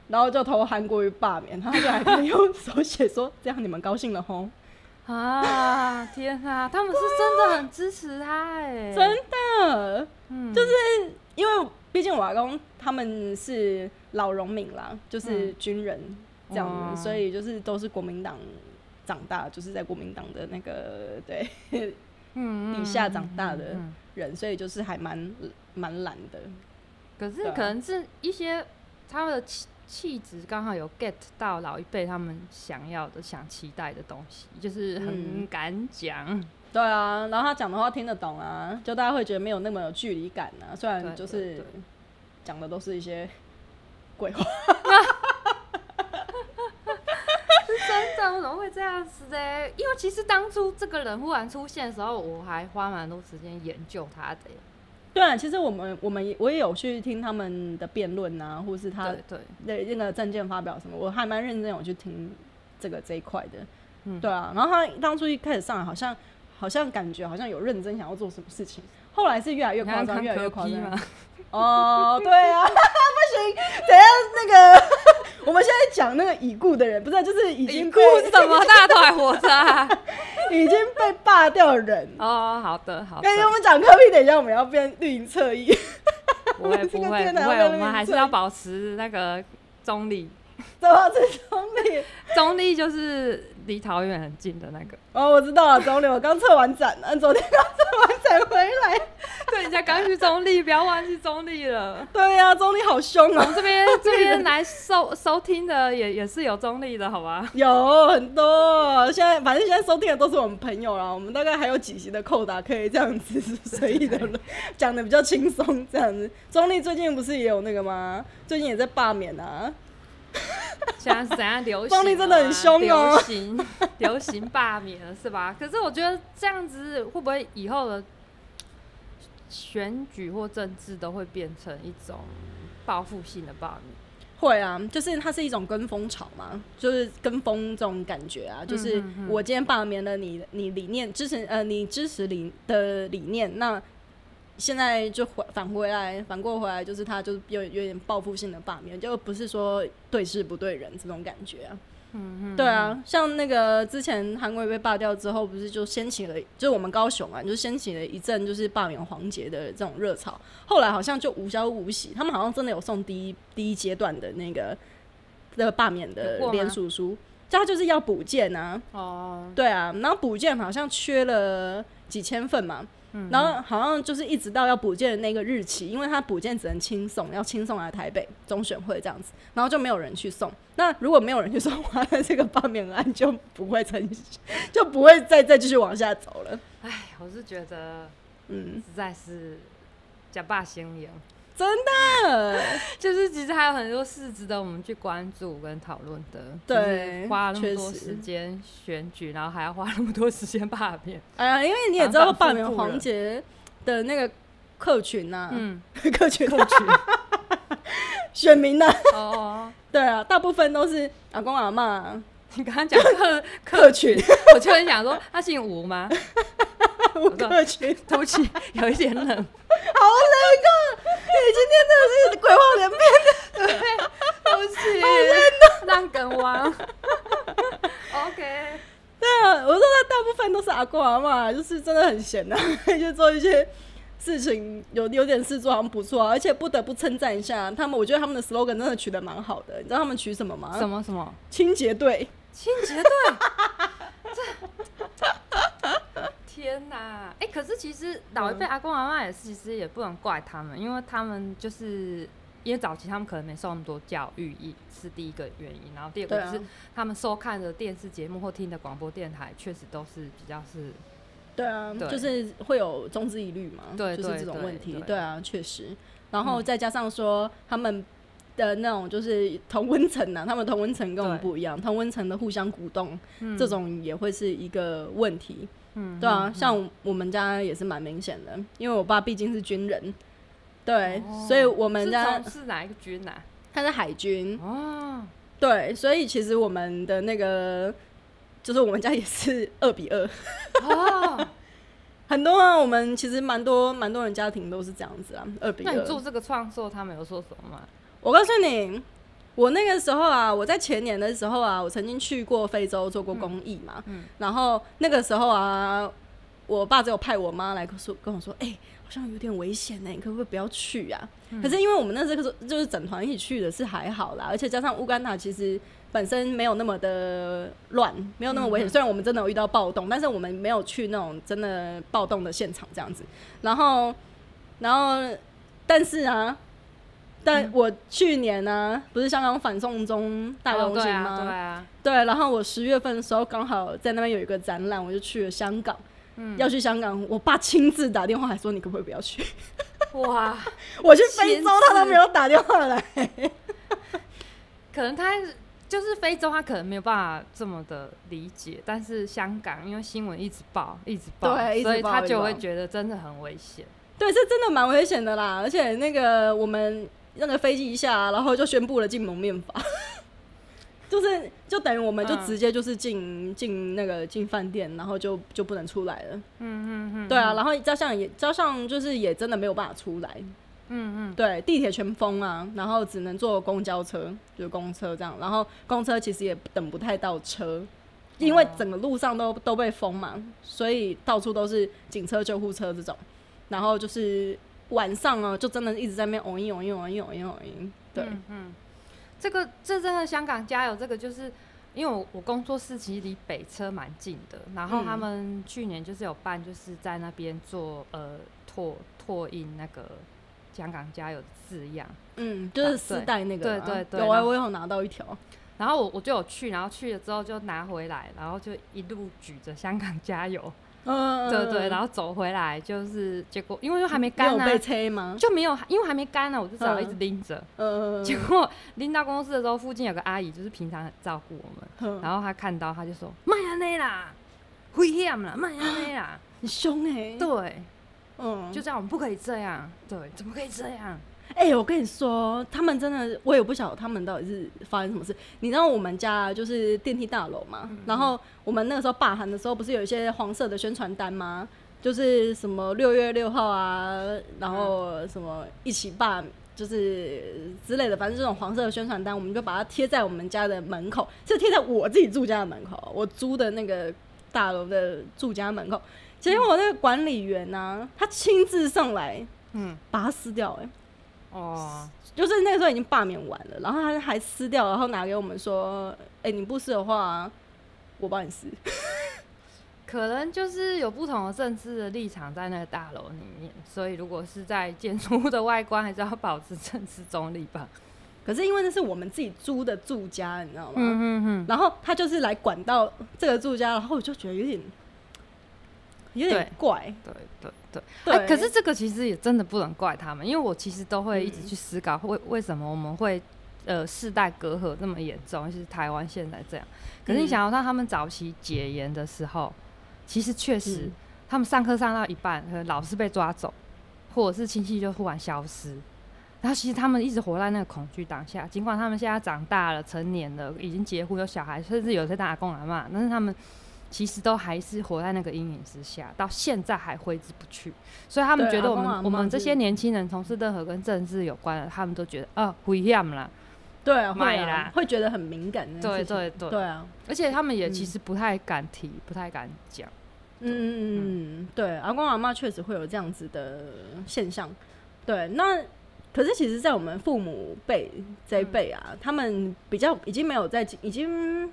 S2: 然后就投韩国瑜罢免，他就还可以用手写说这样你们高兴了吼，
S1: 啊，天啊，他们是真的很支持他哎、
S2: 真的，
S1: 嗯，就是
S2: 因为毕竟我阿公他们是老农民啦，就是军人这样子，
S1: 嗯哦
S2: 所以就是都是国民党长大，就是在国民党的那个对
S1: 嗯
S2: 底下长大的
S1: 嗯嗯
S2: 人，所以就是还蛮蛮懒的，
S1: 可是
S2: 对啊
S1: 可能是一些他们的气气质刚好有 get 到老一辈他们想要的、想期待的东西，就是很
S2: 嗯
S1: 敢讲。
S2: 对啊，然后他讲的话听得懂啊，就大家会觉得没有那么有距离感啊。虽
S1: 对
S2: 然就
S1: 对
S2: 是
S1: 对
S2: 讲的都是一些 鬼话，
S1: 真的，我怎么会这样子呢？因为其实当初这个人忽然出现的时候，我还花蛮多时间研究他的耶。
S2: 对啊，其实我们我们也我也有去听他们的辩论啊，或是他
S1: 对对，
S2: 的那个证件发表什么，我还蛮认真有去听这个这一块的。
S1: 嗯
S2: 对啊，然后他当初一开始上来好像好像感觉好像有认真想要做什么事情，后来是越来越
S1: 你
S2: 夸
S1: 看
S2: 张，
S1: 看
S2: 越来越
S1: 柯
S2: 夸
S1: 批
S2: 张
S1: 嘛。，
S2: 哦，对啊，不 行，等一下那个， 我们现在讲那个已故的人，不是就是已经
S1: 已
S2: 被
S1: 故哎什么？大家都还活着啊！
S2: 已经被罢掉的人。
S1: 哦，好的好的
S2: 跟，我们讲科比，等一下我们要变绿营侧翼。
S1: 不会
S2: 这
S1: 不
S2: 个
S1: 会不
S2: 电脑
S1: 会，
S2: 在那
S1: 我
S2: 边
S1: 们还是
S2: 吹
S1: 要保持那个中立。
S2: 走到最中立。
S1: 中立就是离桃园很近的那个。
S2: 哦，我知道了，中立。我刚测完展嗯了，昨天刚测完展回来。
S1: 对，人家刚去中立，不要忘记中立了。
S2: 对呀、中立好凶
S1: 我
S2: 哦，
S1: 们这 边这边来收收听的也也是有中立的，好吧？
S2: 有很多。现在反正现在收听的都是我们朋友啦，我们大概还有几集的扣打可以这样子随意的 讲的比较轻松这样子。中立最近不是也有那个吗？最近也在罢免啊。
S1: 现在是怎样流行、啊？
S2: 中立真的很凶哦
S1: 流行流行罢免了是吧？可是我觉得这样子会不会以后的选举或政治都会变成一种报复性的罢免？
S2: 会啊，就是它是一种跟风潮嘛，就是跟风这种感觉啊，就是
S1: 嗯嗯嗯
S2: 我今天罢免了你，你理念支持呃，你支持理的理念，那现在就回返回来，反过回来就是他就是有有点报复性的罢免，就不是说对事不对人这种感觉啊。
S1: 嗯嗯，
S2: 对啊，像那个之前韩国瑜被罢掉之后，不是就掀起了，就是我们高雄啊，就掀起了一阵就是罢免黄杰的这种热潮。后来好像就无消无息，他们好像真的有送第一第一阶段的那个的罢免的
S1: 有过吗
S2: 联署书，就他就是要补件啊，
S1: 哦，
S2: 对啊，然后补件好像缺了几千份嘛，
S1: 嗯
S2: 然后好像就是一直到要补件的那个日期，因为他补件只能轻送，要轻送来台北中选会这样子，然后就没有人去送。那如果没有人去送的话，那这个罢免案就不会成， 就不会再再继续往下走了。
S1: 哎，我是觉得
S2: 嗯，
S1: 实在是假霸心眼，
S2: 呃
S1: 就是其实还有很多事值得我们去关注跟讨论的。
S2: 对
S1: 就是花了那么多
S2: 确实
S1: 时间选举，然后还要花那么多时间罢免。
S2: 哎呀，因为你也知道罢免黄
S1: 反
S2: 杰的那个客群呐、
S1: 嗯，
S2: 客 群
S1: 扣取。
S2: 选民呐、
S1: 哦哦，哦
S2: 对啊，大部分都是阿公阿妈
S1: 你刚刚讲客
S2: 客
S1: 客
S2: 群
S1: 群，，我就很想说他姓吴吗？
S2: 无客群。
S1: 对不起，有一点冷。
S2: 好冷啊！你今天真的是鬼话连篇。
S1: 对不起，烂梗王。OK，
S2: 对啊，我说他大部分都是阿公阿妈，就是真的很闲啊， 就做一些事情，有有点事做，好像不错啊。而且不得不称赞一下啊他们，我觉得他们的 slogan 真的取得蛮好的。你知道他们取什么吗？
S1: 什么什么
S2: 清洁队。
S1: 清洁队？ 这天哪！哎、可是其实老一
S2: 嗯
S1: 辈阿公阿妈也是，其实也不能怪他们，因为他们就是。因为早期他们可能没受那么多教育，一是第一个原因，然后第二
S2: 对
S1: 个
S2: 啊
S1: 就是他们收看的电视节目或听的广播电台，确实都是比较是
S2: 对啊，
S1: 对
S2: 就是会有中之疑虑嘛，
S1: 对
S2: 就是
S1: 对
S2: 这种
S1: 对
S2: 问题。
S1: 对
S2: 对嗯啊，确实。然后再加上说他们的那种就是同温层呐，他们同温层跟我们
S1: 对
S2: 不一样，同温层的互相鼓动，
S1: 嗯
S2: 这种也会是一个问题。
S1: 嗯
S2: 对啊，
S1: 嗯
S2: 像我我们家也是蛮明显的，因为我爸毕竟是军人，对，
S1: 哦
S2: 所以我们
S1: 是
S2: 家
S1: 从是哪一个军啊？
S2: 他是海军，
S1: 哦，
S2: 对，所以其实我们的那个就是我们家也是二比二，
S1: 哦，
S2: 很多啊，我们其实蛮多蛮多人家庭都是这样子啊，二 比
S1: 那你做
S2: 二。
S1: 这个创作，他们有说什么吗？
S2: 我告诉你，我那个时候啊，我在前年的时候啊，我曾经去过非洲做过公益嘛，
S1: 嗯
S2: 然后那个时候啊，我爸只有派我妈来跟说跟我说，哎、好像有点危险呢、你可不可以不要去啊？
S1: 嗯
S2: 可是因为我们那时候就是整团一起去的，是还好啦，而且加上乌干达其实本身没有那么的乱，没有那么
S1: 嗯
S2: 危险。虽然我们真的有遇到暴动，但是我们没有去那种真的暴动的现场这样子。然后，然后，但是啊。但我去年呢、不是香港反送中大
S1: 哦
S2: 游
S1: 对
S2: 行
S1: 啊，
S2: 吗？
S1: 对啊，
S2: 对，然后我十月份的时候刚好在那边有一个展览，我就去了香港。
S1: 嗯
S2: 要去香港，我爸亲自打电话还说你可不可以不要去？
S1: 哇，
S2: 我去非洲，他都没有打电话来。
S1: 可能他就是非洲，他可能没有办法这么的理解，但是香港因为新闻一直报，一直报，
S2: 对一直
S1: 所以
S2: 报
S1: 他
S2: 一直
S1: 就会
S2: 报
S1: 觉得真的很危险。
S2: 对，这真的蛮危险的啦。而且那个我们那个飞机一下，啊然后就宣布了禁蒙面法， 就是就等于我们就
S1: 嗯
S2: 直接就是进进、那个进饭店，然后就就不能出来了。
S1: 嗯嗯嗯，
S2: 对啊，然后加上也加上就是也真的没有办法出来，
S1: 嗯嗯，
S2: 对，地铁全封啊，然后只能坐公交车，就是公车这样。然后公车其实也等不太到车，因为
S1: 哦
S2: 整个路上都都被封嘛，所以到处都是警车、救护车这种。然后就是晚上哦、就真的一直在那边嗡一嗡一嗡一嗡一嗡一。哦对，
S1: 嗯嗯，这个这真的香港加油，这个就是。因为我我工作室其实离北车蛮近的，然后他
S2: 嗯
S1: 们去年就是有办，就是在那边做呃拓拓印那个香港加油的字样，
S2: 嗯，就是丝带那个、啊，
S1: 对对对
S2: 有啊，
S1: 然后
S2: 我有拿到一条。
S1: 然后我我就有去，然后去了之后就拿回来，然后就一路举着香港加油，
S2: 嗯，
S1: 对对，然
S2: 后
S1: 后走回来就是结果因为就还没干呢、啊
S2: 有被吹吗？
S1: 就没有，因为还没干呢、啊我就只好一直
S2: 嗯
S1: 拎着。
S2: 嗯，
S1: 结果拎到公司的时候，附近有个阿姨就是平常很照顾我们，
S2: 嗯
S1: 然后她看到她就说：“卖安内啦，危险啦，卖安 内啦。
S2: 很凶哎、”
S1: 对，
S2: 嗯，
S1: 就这样，我们不可以这样，对，怎么可以这样？嗯
S2: 哎、我跟你说，他们真的，我也不晓得他们到底是发生什么事。你知道我们家就是电梯大楼嘛，然后我们那个时候罢韩的时候，不是有一些黄色的宣传单吗？就是什么六月六号啊，然后什么一起罢，就是之类的，反正这种黄色的宣传单，我们就把它贴在我们家的门口，是贴在我自己住家的门口，我租的那个大楼的住家门口。结果那个管理员呢、他亲自上来
S1: 嗯，
S2: 把它撕掉、欸，
S1: 哦，
S2: 就是那个时候已经罢免完了，然后他还撕掉，然后拿给我们说：“哎、你不撕的话，我帮你撕。”
S1: 可能就是有不同的政治的立场在那个大楼里面，所以如果是在建筑物的外观，还是要保持政治中立吧。
S2: 可是因为那是我们自己租的住家，你知道吗？
S1: 嗯嗯
S2: 然后他就是来管到这个住家，然后我就觉得有点有点
S1: 对
S2: 怪。
S1: 对对对。
S2: 对，
S1: 哎、可是这个其实也真的不能怪他们，因为我其实都会一直
S2: 嗯
S1: 去思考为为什么我们会呃世代隔阂那么严重，就是台湾现在这样。可是你
S2: 嗯
S1: 想要让他们早期解严的时候，其实确实、
S2: 嗯
S1: 他们上课上到一半，可能老师被抓走，或者是亲戚就忽然消失。然后其实他们一直活在那个恐惧当下，尽管他们现在长大了、成年了，已经结婚有小孩，甚至有些打工阿嘛，但是他们其实都还是活在那个阴影之下，到现在还挥之不去。所以他们
S2: 对
S1: 觉
S2: 阿
S1: 得我
S2: 公
S1: 们
S2: 阿
S1: 我
S2: 嬷
S1: 们这
S2: 是
S1: 些年轻人从事任何跟政治有关的，他们都觉得啊危险啦。
S2: 对啊，会
S1: 买
S2: 啊
S1: 啦，
S2: 会觉得很敏感这件
S1: 对
S2: 事情。
S1: 对对，
S2: 对啊，
S1: 而且他们也其
S2: 嗯
S1: 实不太敢提，不太敢讲。
S2: 嗯嗯嗯，对，阿公阿妈确实会有这样子的现象。对，那可是其实，在我们父母辈这一辈啊，他们比较已经没有在经，已经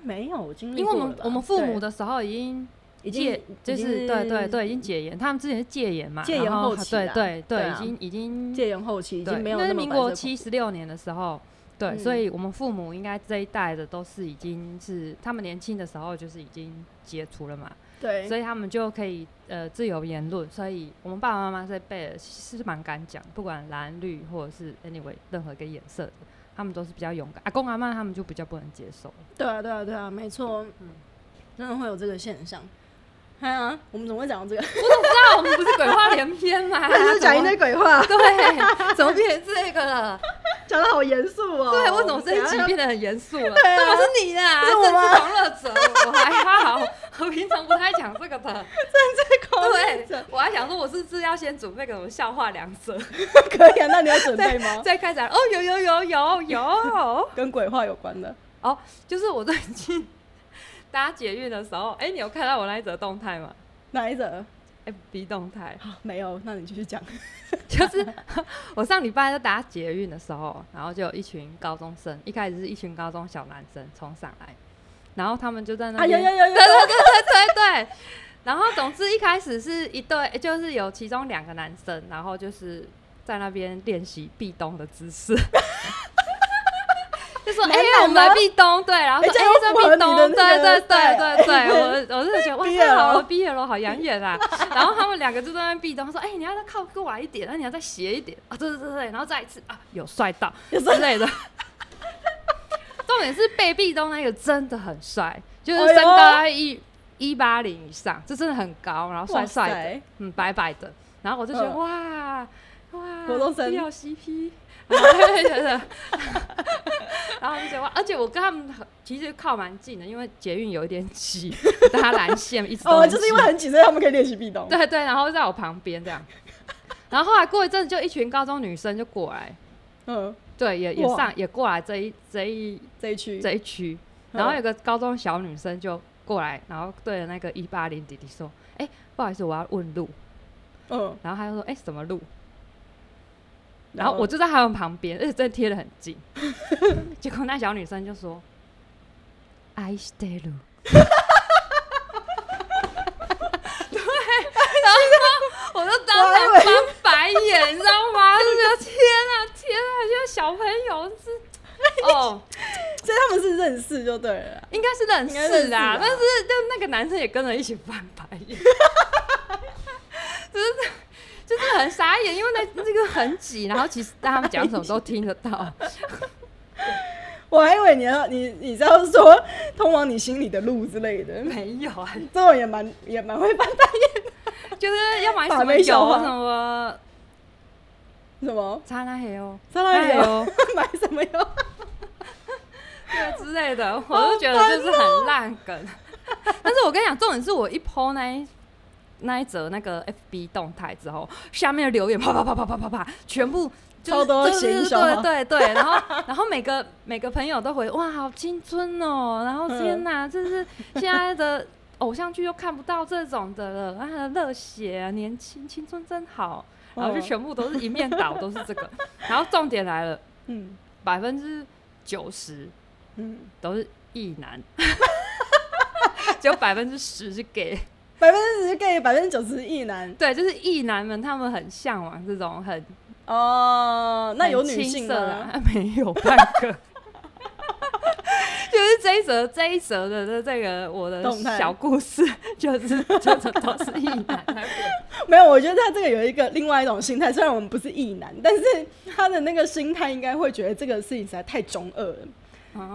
S2: 没有经历
S1: 因为我
S2: 过了
S1: 们
S2: 吧
S1: 我们父母
S2: 对
S1: 的时候已经
S2: 嗯已经
S1: 戒，就是对对对，已经解严，他们之前是戒严嘛，
S2: 戒严
S1: 然后
S2: 后期
S1: 对
S2: 啦
S1: 对
S2: 对
S1: 对，已
S2: 啊
S1: 经已经
S2: 戒严后期已
S1: 对，
S2: 经没有
S1: 那
S2: 那
S1: 是
S2: 么
S1: 民
S2: 白色恐
S1: 国
S2: 怖
S1: 七十六年的时候，对，
S2: 嗯
S1: 所以我们父母应该这一代的都是已经是他们年轻的时候就是已经解除了嘛，
S2: 对，
S1: 所以他们就可以呃自由言论，所以我们爸爸妈妈这一辈的是蛮敢讲，不管蓝绿或者是 anyway 任何一个颜色的，他们都是比较勇敢。阿公阿妈他们就比较不能接受 了，
S2: 对啊，对啊，对啊，没错，
S1: 嗯
S2: 真的会有这个现象。哎呀，我们怎么会讲到这个？
S1: 那我们不是鬼话连 篇吗？
S2: 但是讲一堆鬼话，
S1: 对，怎么变成这个了？
S2: 讲的好严肃哦。
S1: 对，为什么这一集
S2: 等下
S1: 变得很严肃了？怎么是你啦？
S2: 啊是
S1: 这
S2: 我吗
S1: 是狂热者，我还好，我平常不太讲这 个的。
S2: 要
S1: 对，我还想说，我是不是要先准备个什么笑话两则？
S2: 可以啊？那你要准备吗？
S1: 再开始来哦，有有有有有，
S2: 跟鬼话有关的。
S1: 就是我最近搭捷运的时候，哎、你有看到我那一则动态吗
S2: 哪一则？啊
S1: ？FB 动态，
S2: 没有，那你继续讲。
S1: 就是我上礼拜在搭捷运的时候，然后就有一群高中生，一开始是一群高中小男生冲上来，然后他们就在那
S2: 啊，有
S1: 边
S2: 有有 有，
S1: 对对。然后总之一开始是一对，就是有其中两个男生，然后就是在那边练习壁咚的姿势。 就说哎、
S2: 男
S1: 欸
S2: 男
S1: 我们来
S2: 吗
S1: 壁咚，对，然后说
S2: 哎这
S1: 哎、
S2: 样
S1: 欸、在
S2: 符合
S1: 壁
S2: 你
S1: 咚，
S2: 的
S1: 对
S2: 那个
S1: 对对对对，
S2: 对
S1: 我我是觉得哇，
S2: 毕业
S1: 太好
S2: 了
S1: 了，毕业了，好养眼啊！然后他们两个就在那边壁咚，说哎、欸你要再靠过来一点，那你要再斜一点啊，对对对对，然后再一次啊，有帅到之类的。 重点是被壁咚那个真的很帅，就是身高
S2: 哎
S1: 在一一八零以上，这真的很高，然后帅帅的，
S2: 的，
S1: 嗯，白白的，然后我就觉得、
S2: 嗯
S1: 哇哇，
S2: 国中生
S1: 要 CP，然后我就觉得， 然后我就觉得哇，而且我跟他们很其实靠蛮近的，因为捷运有一点挤，搭蓝线一直都
S2: 哦，
S1: 很
S2: 就是
S1: 挤
S2: 因为很紧，所以他们可以练习壁咚。
S1: 对对，然后在我旁边这样，然后后来过一阵子就一群高中女生就过来，
S2: 嗯，
S1: 对，也也
S2: 哇
S1: 上也过来这一这一
S2: 这一区，
S1: 这一区，
S2: 嗯
S1: 然后有个高中小女生就过来，然后对着那个一八零弟弟说：“哎、不好意思，我要问路。
S2: 嗯”，
S1: 然后他就说：“哎、什么路？”然后我就在他们旁边，而且真的贴得很近。 结果那小女生就说：“I stay 路。”对，然后我就当
S2: 我还以
S1: 场
S2: 为
S1: 翻白眼，你知道 吗？就觉得天啊天啊，这些小朋友 是哦。
S2: 所以他们是认识就对了啦。
S1: 应该是认
S2: 应该认
S1: 识啊
S2: 识
S1: 啦
S2: 啦，
S1: 但是就那个男生也跟着一起翻白眼，就是就是很傻眼，因为那这个很挤，然后其实他们讲什么都听得到，
S2: 我还以为你要你你知道说通往你心里的路之类的，
S1: 没有啊，
S2: 这种也蛮也蛮会翻白
S1: 就是要买什
S2: 把
S1: 么
S2: 妹
S1: 油
S2: 笑话
S1: 什么
S2: 什么
S1: 擦那黑哦，
S2: 在那里
S1: 哎
S2: 有
S1: 呦
S2: 买什么哟？
S1: 对 之类的，我就觉得就是很烂梗。哦 但是我跟你讲，重点是我一 PO 那一那一则那个 FB 动态之后，下面的留言啪啪啪啪啪啪啪，全部就是
S2: 超多谐
S1: 对
S2: 音
S1: 对
S2: 笑话
S1: 对对对，然后 然后每个每个朋友都回哇好青春哦，然后
S2: 嗯
S1: 天哪，这是现在的偶像剧又看不到这种的了，啊热血啊年轻青春真好，然后就
S2: 嗯
S1: 全部都是一面倒都是这个，然后重点来了，
S2: 嗯
S1: 百分之九十
S2: 嗯，
S1: 都是异男，只有百分之十是 gay，
S2: 百分之十 gay，百分之九十一男。
S1: 对，就是异男们他们很向往这种很
S2: 哦，那
S1: 很
S2: 有女
S1: 青
S2: 性
S1: 涩的
S2: 吗？
S1: 啊， 没有半个。就是这一则这一则的这这个我的
S2: 动态
S1: 小故事， 就是就是都是异男，
S2: 没有，我觉得他这个有一个另外一种心态，虽然我们不是异男，但是他的那个心态应该会觉得这个事情实在太中二了。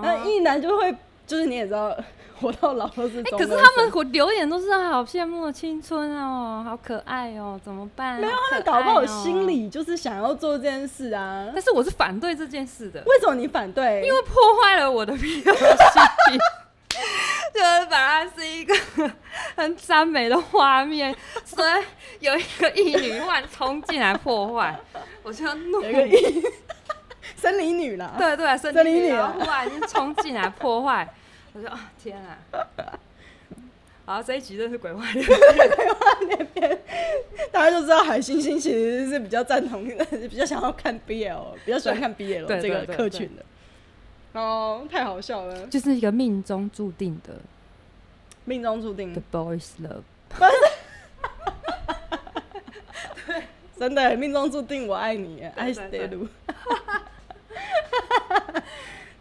S2: 那
S1: 哦
S2: 异男就会，就是你也知道，活到老都是
S1: 哎、
S2: 中二
S1: 可
S2: 生、
S1: 是他们我留言都是啊好羡慕青春哦，好可爱哦，怎么办？没有，
S2: 他们搞不好心。里就是想要做这件事啊。
S1: 哦但是我是反对这件事的，
S2: 为什么你反对？
S1: 因为破坏了我的 POC，就是 把它是一个很赞美的画面，所以有一个异女幻冲进来破坏，我就怒。
S2: 有一个
S1: 对
S2: 异 生理女啦，
S1: 对，森
S2: 森
S1: 林
S2: 林
S1: 女
S2: 女
S1: 然
S2: 啊
S1: 后忽然间冲进来破坏，我就啊天啊！好，这一集真是鬼话连篇
S2: 大家就知道海星星其实是比较赞同，比较想要看 BL，比较喜欢看 BL
S1: 对
S2: 这
S1: 对
S2: 个
S1: 对
S2: 客
S1: 对
S2: 群的。哦，太好笑了，
S1: 就是一个命中注定的嗯
S2: 命中注定
S1: The，Boys Love。
S2: 真的命中注定，我爱你，爱
S1: 对
S2: 死
S1: 对
S2: 路。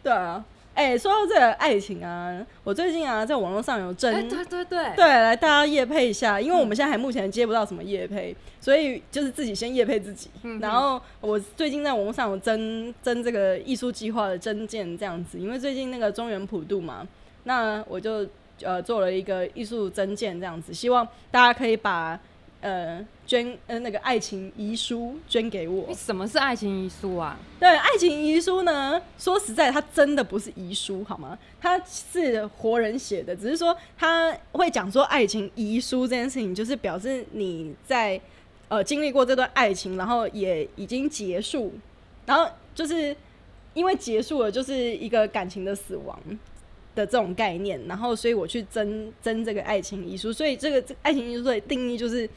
S2: 对啊，哎、说到这个爱情啊，我最近啊在网络上有
S1: 哎、
S2: 征、
S1: 对对对，
S2: 对，来大家夜配一下，因为我们现在还目前接不到什么夜配，所以就是自己先夜配自己。
S1: 嗯
S2: 然后我最近在网络上有征征这个艺术计划的征件这样子，因为最近那个中原普渡嘛，那我就呃做了一个艺术征件这样子，希望大家可以把呃捐呃那个爱情遗书捐给我
S1: 你。什么是爱情遗书啊？
S2: 对，爱情遗书呢，说实在，它真的不是遗书，好吗？它是活人写的，只是说他会讲说爱情遗书这件事情，就是表示你在呃经历过这段爱情，然后也已经结束，然后就是因为结束了，就是一个感情的死亡。的这种概念，然后所以我去争争这个爱情遗书，所以这个这爱情遗书的定义就是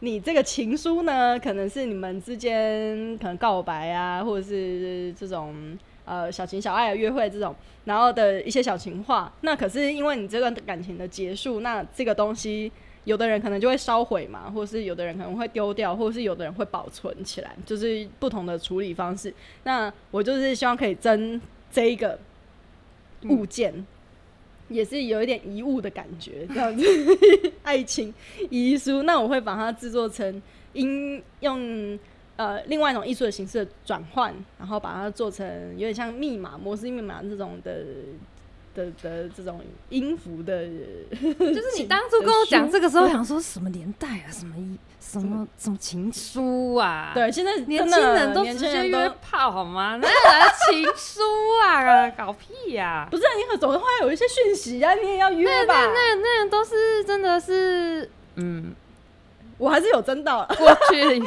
S2: 你这个情书呢，可能是你们之间可能告白啊，或者是这种呃小情小爱的约会这种，然后的一些小情话。那可是因为你这段感情的结束，那这个东西。有的人可能就会烧毁嘛，或是有的人可能会丢掉，或是有的人会保存起来，就是不同的处理方式。那我就是希望可以争这一个物件，也是有一点遗物的感觉，这样子。 爱情遗书，那我会把它制作成音用呃另外一种艺术的形式的转换，然后把它做成有点像密码、摩斯密码这种的的的这种音符的，
S1: 就是你当初跟我讲这个时 候，想说什么年代啊，什么一什么什么情书啊？，
S2: 对，现在
S1: 年
S2: 真
S1: 轻
S2: 的
S1: 人都
S2: 年
S1: 直
S2: 轻
S1: 接
S2: 人
S1: 约
S2: 都
S1: 炮好吗？哪有来情书 啊？搞屁呀、
S2: 不是、啊、你总会有一些讯息啊，你也要约吧？
S1: 那那都是真的是，嗯，
S2: 我还是有争到啊，
S1: 过去。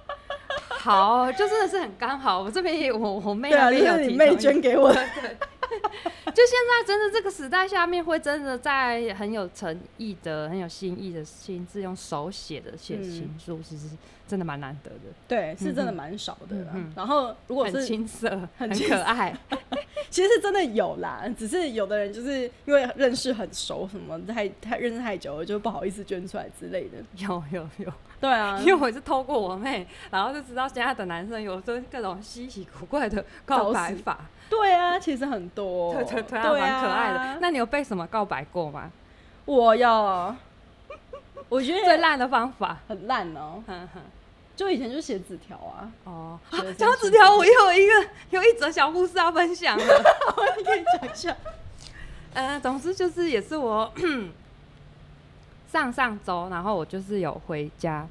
S1: 好，就真的是很刚好。我这边也我我妹
S2: 对啊，
S1: 那
S2: 就
S1: 边有
S2: 是
S1: 提
S2: 你
S1: 供
S2: 妹
S1: 一
S2: 捐给我的，
S1: 就现在真的这个时代下面，会真的在很有诚意的、很有心意的亲自用手写的写
S2: 嗯
S1: 情书，其实真的蛮难得的，
S2: 对，是真的蛮少的啦。
S1: 嗯哼
S2: 然后如果
S1: 很
S2: 是
S1: 青涩、
S2: 很
S1: 很
S2: 青
S1: 可爱。
S2: 其实是真的有啦，只是有的人就是因为认识很熟，什么太太认识太久了，就不好意思捐出来之类的。
S1: 有有有，
S2: 对啊
S1: 因，为我是透过我妹，然后就知道现在的男生有这各种稀奇古怪的告白法，
S2: 对啊，其实很多，
S1: 对对对，还
S2: 对
S1: 蛮
S2: 啊，
S1: 可爱的。那你有被什么告白过吗？
S2: 我要，我觉
S1: 最
S2: 得
S1: 烂的方 法，
S2: 很烂哦、
S1: 哼哼，
S2: 就以前就写纸条 啊，
S1: 哦，
S2: 学生
S1: 小纸
S2: 时代
S1: 条我有一个有一则小故事要分享了。
S2: 你可以讲一下。
S1: 呃，总之就是也是我 上上周，然后我就是有回家，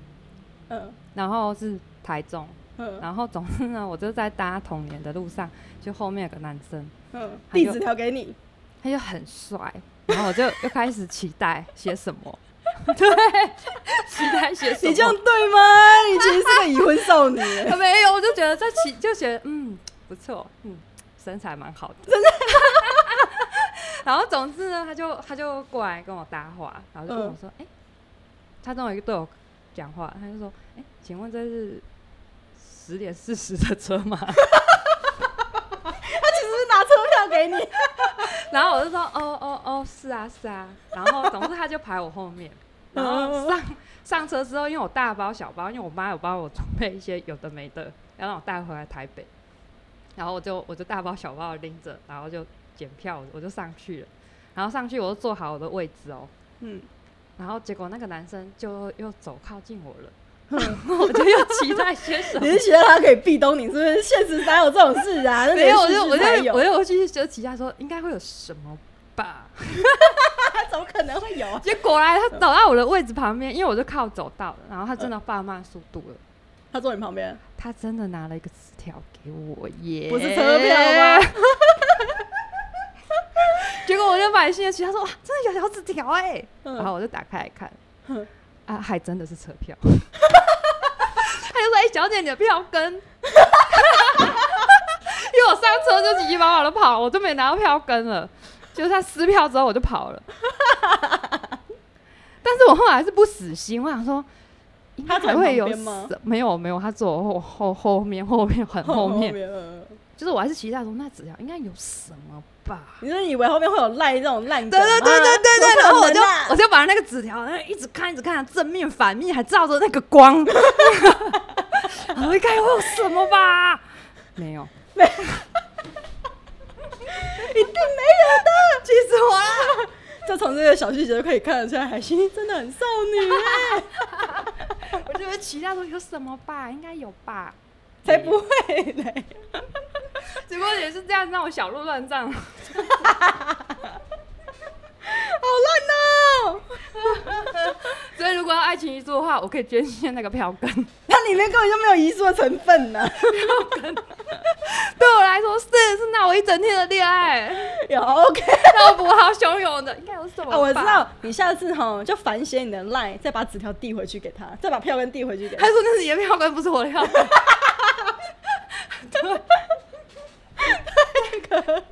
S2: 嗯
S1: 然后是台中，
S2: 嗯
S1: 然后总之呢，我就在搭童年的路上，就后面有个男生，
S2: 嗯，
S1: 还
S2: 递
S1: 有
S2: 纸条给你，
S1: 他就很帅，然后我就又开始期待些什么， 对，期待些什么？
S2: 你这样对吗？你其实是个已婚少 女，
S1: 没有，我就觉得这期就觉得嗯不错，嗯身材蛮好的， 真的。然后总之呢，他就他就过来跟我搭话，然后就问我说：“哎、他终于对我讲话，他就说：‘哎、请问这是十点四十的车吗
S2: 她其实是拿车票 给你。？’
S1: 然后我就说：‘哦哦哦，是啊是啊。’然后总之他就排我后面，
S2: 嗯
S1: 然后上上车之后，因为我大包小包，因为我妈有帮我准备一些有的没的，要让我带回来台北，然后我就我就大包小包地拎着，然后就检票，我就上去了，然后上去我就坐好我的位置哦，
S2: 嗯，
S1: 然后结果那个男生就又走靠近我了，然后我就又期待些什么
S2: 你。是觉得他可以壁咚你，是不是？现实哪有这种事啊？那
S1: 没有，我
S2: 连
S1: 就
S2: 试
S1: 我
S2: 试才
S1: 就
S2: 有
S1: 我就去就期待说应该会有什么吧，
S2: 他 怎么可能会有啊？
S1: 结果来他走到我的位置旁边，因为我就靠走道了，然后他真的放慢速度了，
S2: 他坐你旁边，
S1: 他真的拿了一个纸条给我耶，
S2: 不是车票吗？
S1: 结果我就买新的去，他说哇，真的有小纸条哎，
S2: 嗯
S1: 然后我就打开来看
S2: 嗯，
S1: 啊，还真的是车票。 他就说：“哎、小姐，你的票根。” 因为我上车就急急忙忙的跑，我都没拿到票根了。就是他撕票之后我就跑了， 但是我后来是不死心，我想说，应该
S2: 他
S1: 还
S2: 坐你
S1: 会
S2: 旁
S1: 有
S2: 边吗
S1: 什没有没有，他坐我后后后面后面很 后面，
S2: 嗯
S1: 就是我还是期待说那纸条应该有什么吧。
S2: 你是以为后面会有赖这种烂梗
S1: 对对对对对啊对，然后我就我
S2: 我
S1: 就把那个纸条，然后一直看一直看，正面反面还照着那个光， 我应该会有什么吧？没有，
S2: 一定没有的。
S1: 气死我 了！
S2: 就从这个小细节就可以看得出来，海星真的很少女 啊，
S1: 我就会期待说有什么吧，应该有吧。
S2: 才不会嘞。
S1: 结果也是这样让我小鹿乱撞，
S2: 好烂哦！
S1: 所以如果要爱情遗珠的话，我可以捐献那个票根。
S2: 它里面根本就没有遗珠的成分呢、
S1: 对我来说是是那我一整天的恋爱，
S2: 有 OK，
S1: 让我波涛汹涌的，应该有什么吧、
S2: 啊，我知道，你下次哈就反写你的赖，再把纸条递回去给他，再把票根递回去给
S1: 他
S2: 他。
S1: 说那是你的票根，不是我的票根。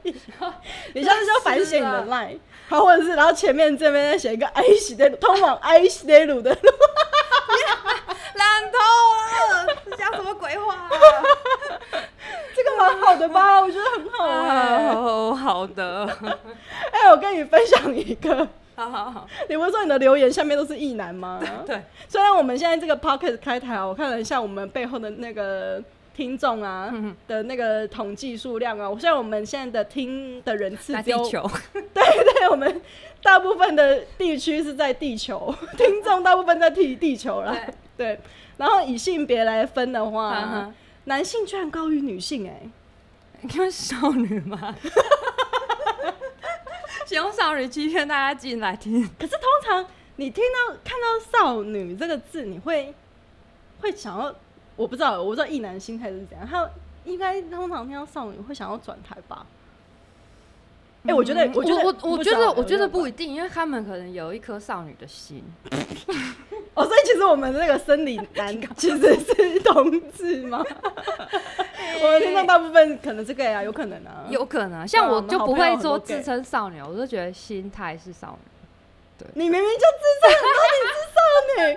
S2: 你下次就反写你
S1: 是啊
S2: 的赖，好，或者是然后前面这边再写一个埃西的通往埃西内鲁的路，
S1: 懒透了，这讲什么鬼话、啊？
S2: 这个蛮好的 吧？我觉得很好哎、
S1: 哦，好的，
S2: 哎、我跟你分享一个，
S1: 好好好，
S2: 你不是说你的留言下面都是意男 吗？
S1: 对，
S2: 虽然我们现在这个 podcast 开台啊，我看了一下我们背后的那个听众啊、
S1: 嗯
S2: 的那个统计数量啊，我现在我们现在的听的人次
S1: 在
S2: 只
S1: 地
S2: 有，
S1: 球，
S2: 对对，我们大部分的地区是在地 球，听众大部分在地地球啦。对，然后以性别来分的话，
S1: 嗯哼
S2: 男性居然高于女性、哎，
S1: 因为少女嘛，使用少女欺骗大家进来听，
S2: 可是通常你听到看到少女这个字，你会会想要，我不知道，我不知道异男心态是怎样。他应该通常听到少女会想要转台吧？哎、我觉得，
S1: 嗯
S2: 我觉得，
S1: 我我
S2: 不
S1: 我
S2: 知
S1: 觉
S2: 道
S1: 得，我觉得，
S2: 有
S1: 不
S2: 没有吧
S1: 一定，因为他们可能有一颗少女的心，
S2: 哦，所以其实我们那个生理男 其实是同志吗？我们听到大部分可能这个呀、有可能啊。，
S1: 有可能，像
S2: 对啊
S1: 我
S2: 我们
S1: 就
S2: 好
S1: 不
S2: 朋友
S1: 会
S2: 很多
S1: 说
S2: gay
S1: 自称少女，我就觉得心态是少女。
S2: 你明明就自称，然后你是少女，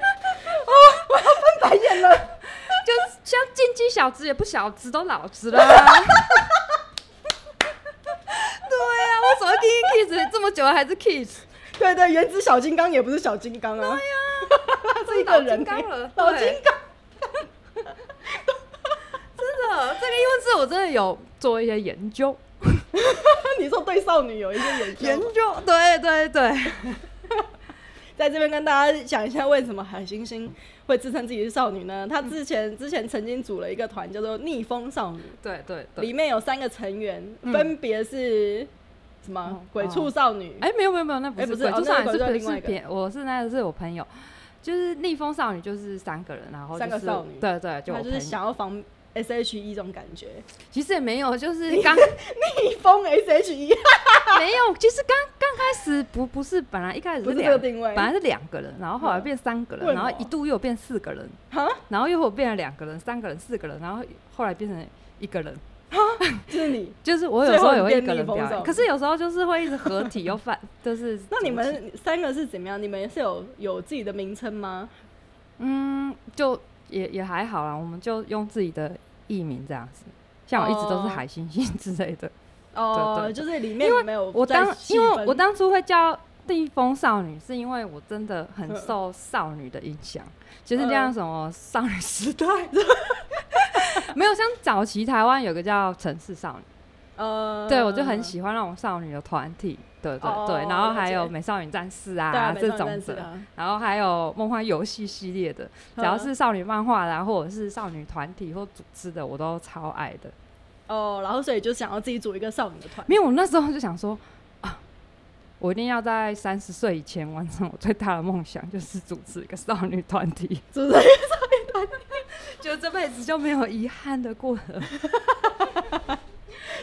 S2: 哦，我要翻白眼了。
S1: 就像进击小子也不小子，都老子了。对啊，
S2: 啊
S1: 我怎么第一 kiss 这么久了还是 kiss？
S2: 对对，原子小金刚也不是小金刚啊。
S1: 他
S2: 是一个人
S1: 金刚了，
S2: 老
S1: 对
S2: 金刚，
S1: 真的这个英文字我真的有做一些研究，
S2: 你说对少女有一些研究吗，
S1: 究，对对对，
S2: 在这边跟大家讲一下为什么海星星会自称自己是少女呢？她之前之前曾经组了一个团叫做逆风少女，
S1: 对对
S2: 里
S1: 对。
S2: 面有三个成员，
S1: 嗯
S2: 分别是什么
S1: 哦
S2: 鬼畜少女，
S1: 哎，没有没有没有，那不
S2: 哎
S1: 是
S2: 不是
S1: 鬼
S2: 哦
S1: 畜
S2: 那
S1: 少
S2: 个鬼
S1: 女，是
S2: 畜
S1: 鬼
S2: 另外
S1: 是
S2: 一个
S1: 别，我是那个是我朋友，就是逆风少女就是三个人，然后
S2: 三个
S1: 就是
S2: 少女
S1: 对对，就
S2: 她
S1: 我
S2: 就是
S1: 朋友
S2: 想要防 S H E 这种感觉，
S1: 其实也没有，就是刚
S2: 逆风 S H E
S1: 没有，就是刚刚开始不不是本来一开始
S2: 不是这
S1: 两
S2: 个定位
S1: 本来是两个人，然后后来变三个
S2: 为
S1: 人，
S2: 什
S1: 然
S2: 么
S1: 后一度又变四个人，
S2: 哈，
S1: 然后又变了两个人、三个人、四个人，然后后来变成一个人。
S2: 就是你。
S1: 就是我有时候也
S2: 最后
S1: 会
S2: 变
S1: 一个人表
S2: 逆风少
S1: 演，
S2: 女
S1: 可是有时候就是会一直合 体又犯，就是
S2: 那你们三个是怎么样？你们是有有自己的名称吗？
S1: 嗯，就也也还好啦，我们就用自己的艺名这样子。像我一直都是
S2: 哦
S1: 海星星之类的，
S2: 哦，
S1: 对对
S2: 就是里面没有
S1: 我
S2: 在
S1: 当
S2: 细
S1: 因为
S2: 分
S1: 我当初会叫地风少女是因为我真的很
S2: 嗯
S1: 受少女的影响，就是像什么少女时代， 没有像早期台湾有个叫城市少女，
S2: 呃，
S1: 对我就很喜欢那种少女的团体，对对对，
S2: 哦
S1: 然后还有
S2: 了解
S1: 美少女战士
S2: 对啊
S1: 啊
S2: 没
S1: 这
S2: 错
S1: 种
S2: 但是
S1: 的，
S2: 啊嗯
S1: 然后还有梦幻游戏系列的，只要是少女漫画啦，或者是少女团体或组织的，我都超爱的。
S2: 哦，然后所以就想要自己组一个少女 的团，
S1: 没有，我那时候就想说啊，我一定要在三十岁以前完成我最大的梦想，就是主持一个少女团体，
S2: 是不是？
S1: 就这辈子就没有遗憾的 过了。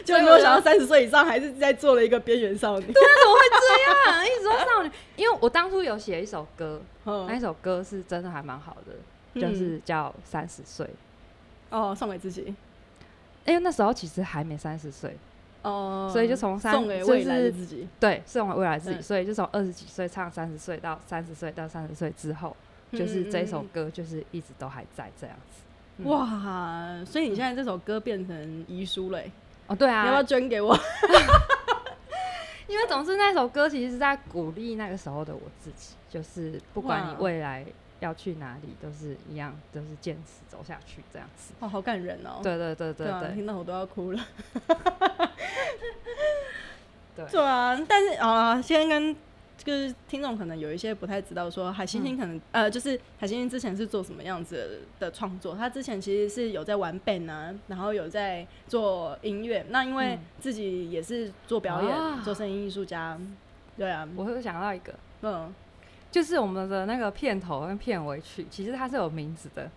S2: 就没有想到三十岁以上还是在做了一个边缘少女。
S1: 那怎么会这样？一直说少女，因为我当初有写一首歌，那一
S2: 嗯，
S1: 首歌是真的还蛮好的，
S2: 嗯
S1: 哎就是叫《三十岁》。
S2: 哦，送给自己，
S1: 因为那时候其实还没三十岁，
S2: 哦，
S1: 所以就从三
S2: 送给未来的自己，
S1: 对，是我未来自己，
S2: 嗯
S1: 所以就从二十几岁唱三十岁到三十岁到三十岁之后，就是这首
S2: 嗯。嗯
S1: 歌就是一直都还在这样子。
S2: 嗯哇，所以你现在这首歌变成遗书嘞，
S1: 哦，对
S2: 你
S1: 啊，
S2: 要不要捐给我？
S1: 因为总之那首歌其实是在鼓励那个时候的我自己，就是不管你
S2: 哇
S1: 未来要去哪里，都是一样，都是坚持走下去这样子。
S2: 哇，好感人哦。
S1: 对对对对
S2: 啊，
S1: 对
S2: 听到我都要哭了。
S1: 对
S2: 对啊，但是啊、先跟就是听众可能有一些不太知道，说海星星
S1: 嗯
S2: 可能、呃，就是海星星之前是做什么样子的创作？他之前其实是有在玩 band 啊，然后有在做音乐。那因为
S1: 嗯
S2: 自己也是做表演、
S1: 啊
S2: 做声音艺术家，对啊，
S1: 我会想到一个，
S2: 嗯，
S1: 就是我们的那个片头跟片尾曲，其实它是有名字 的。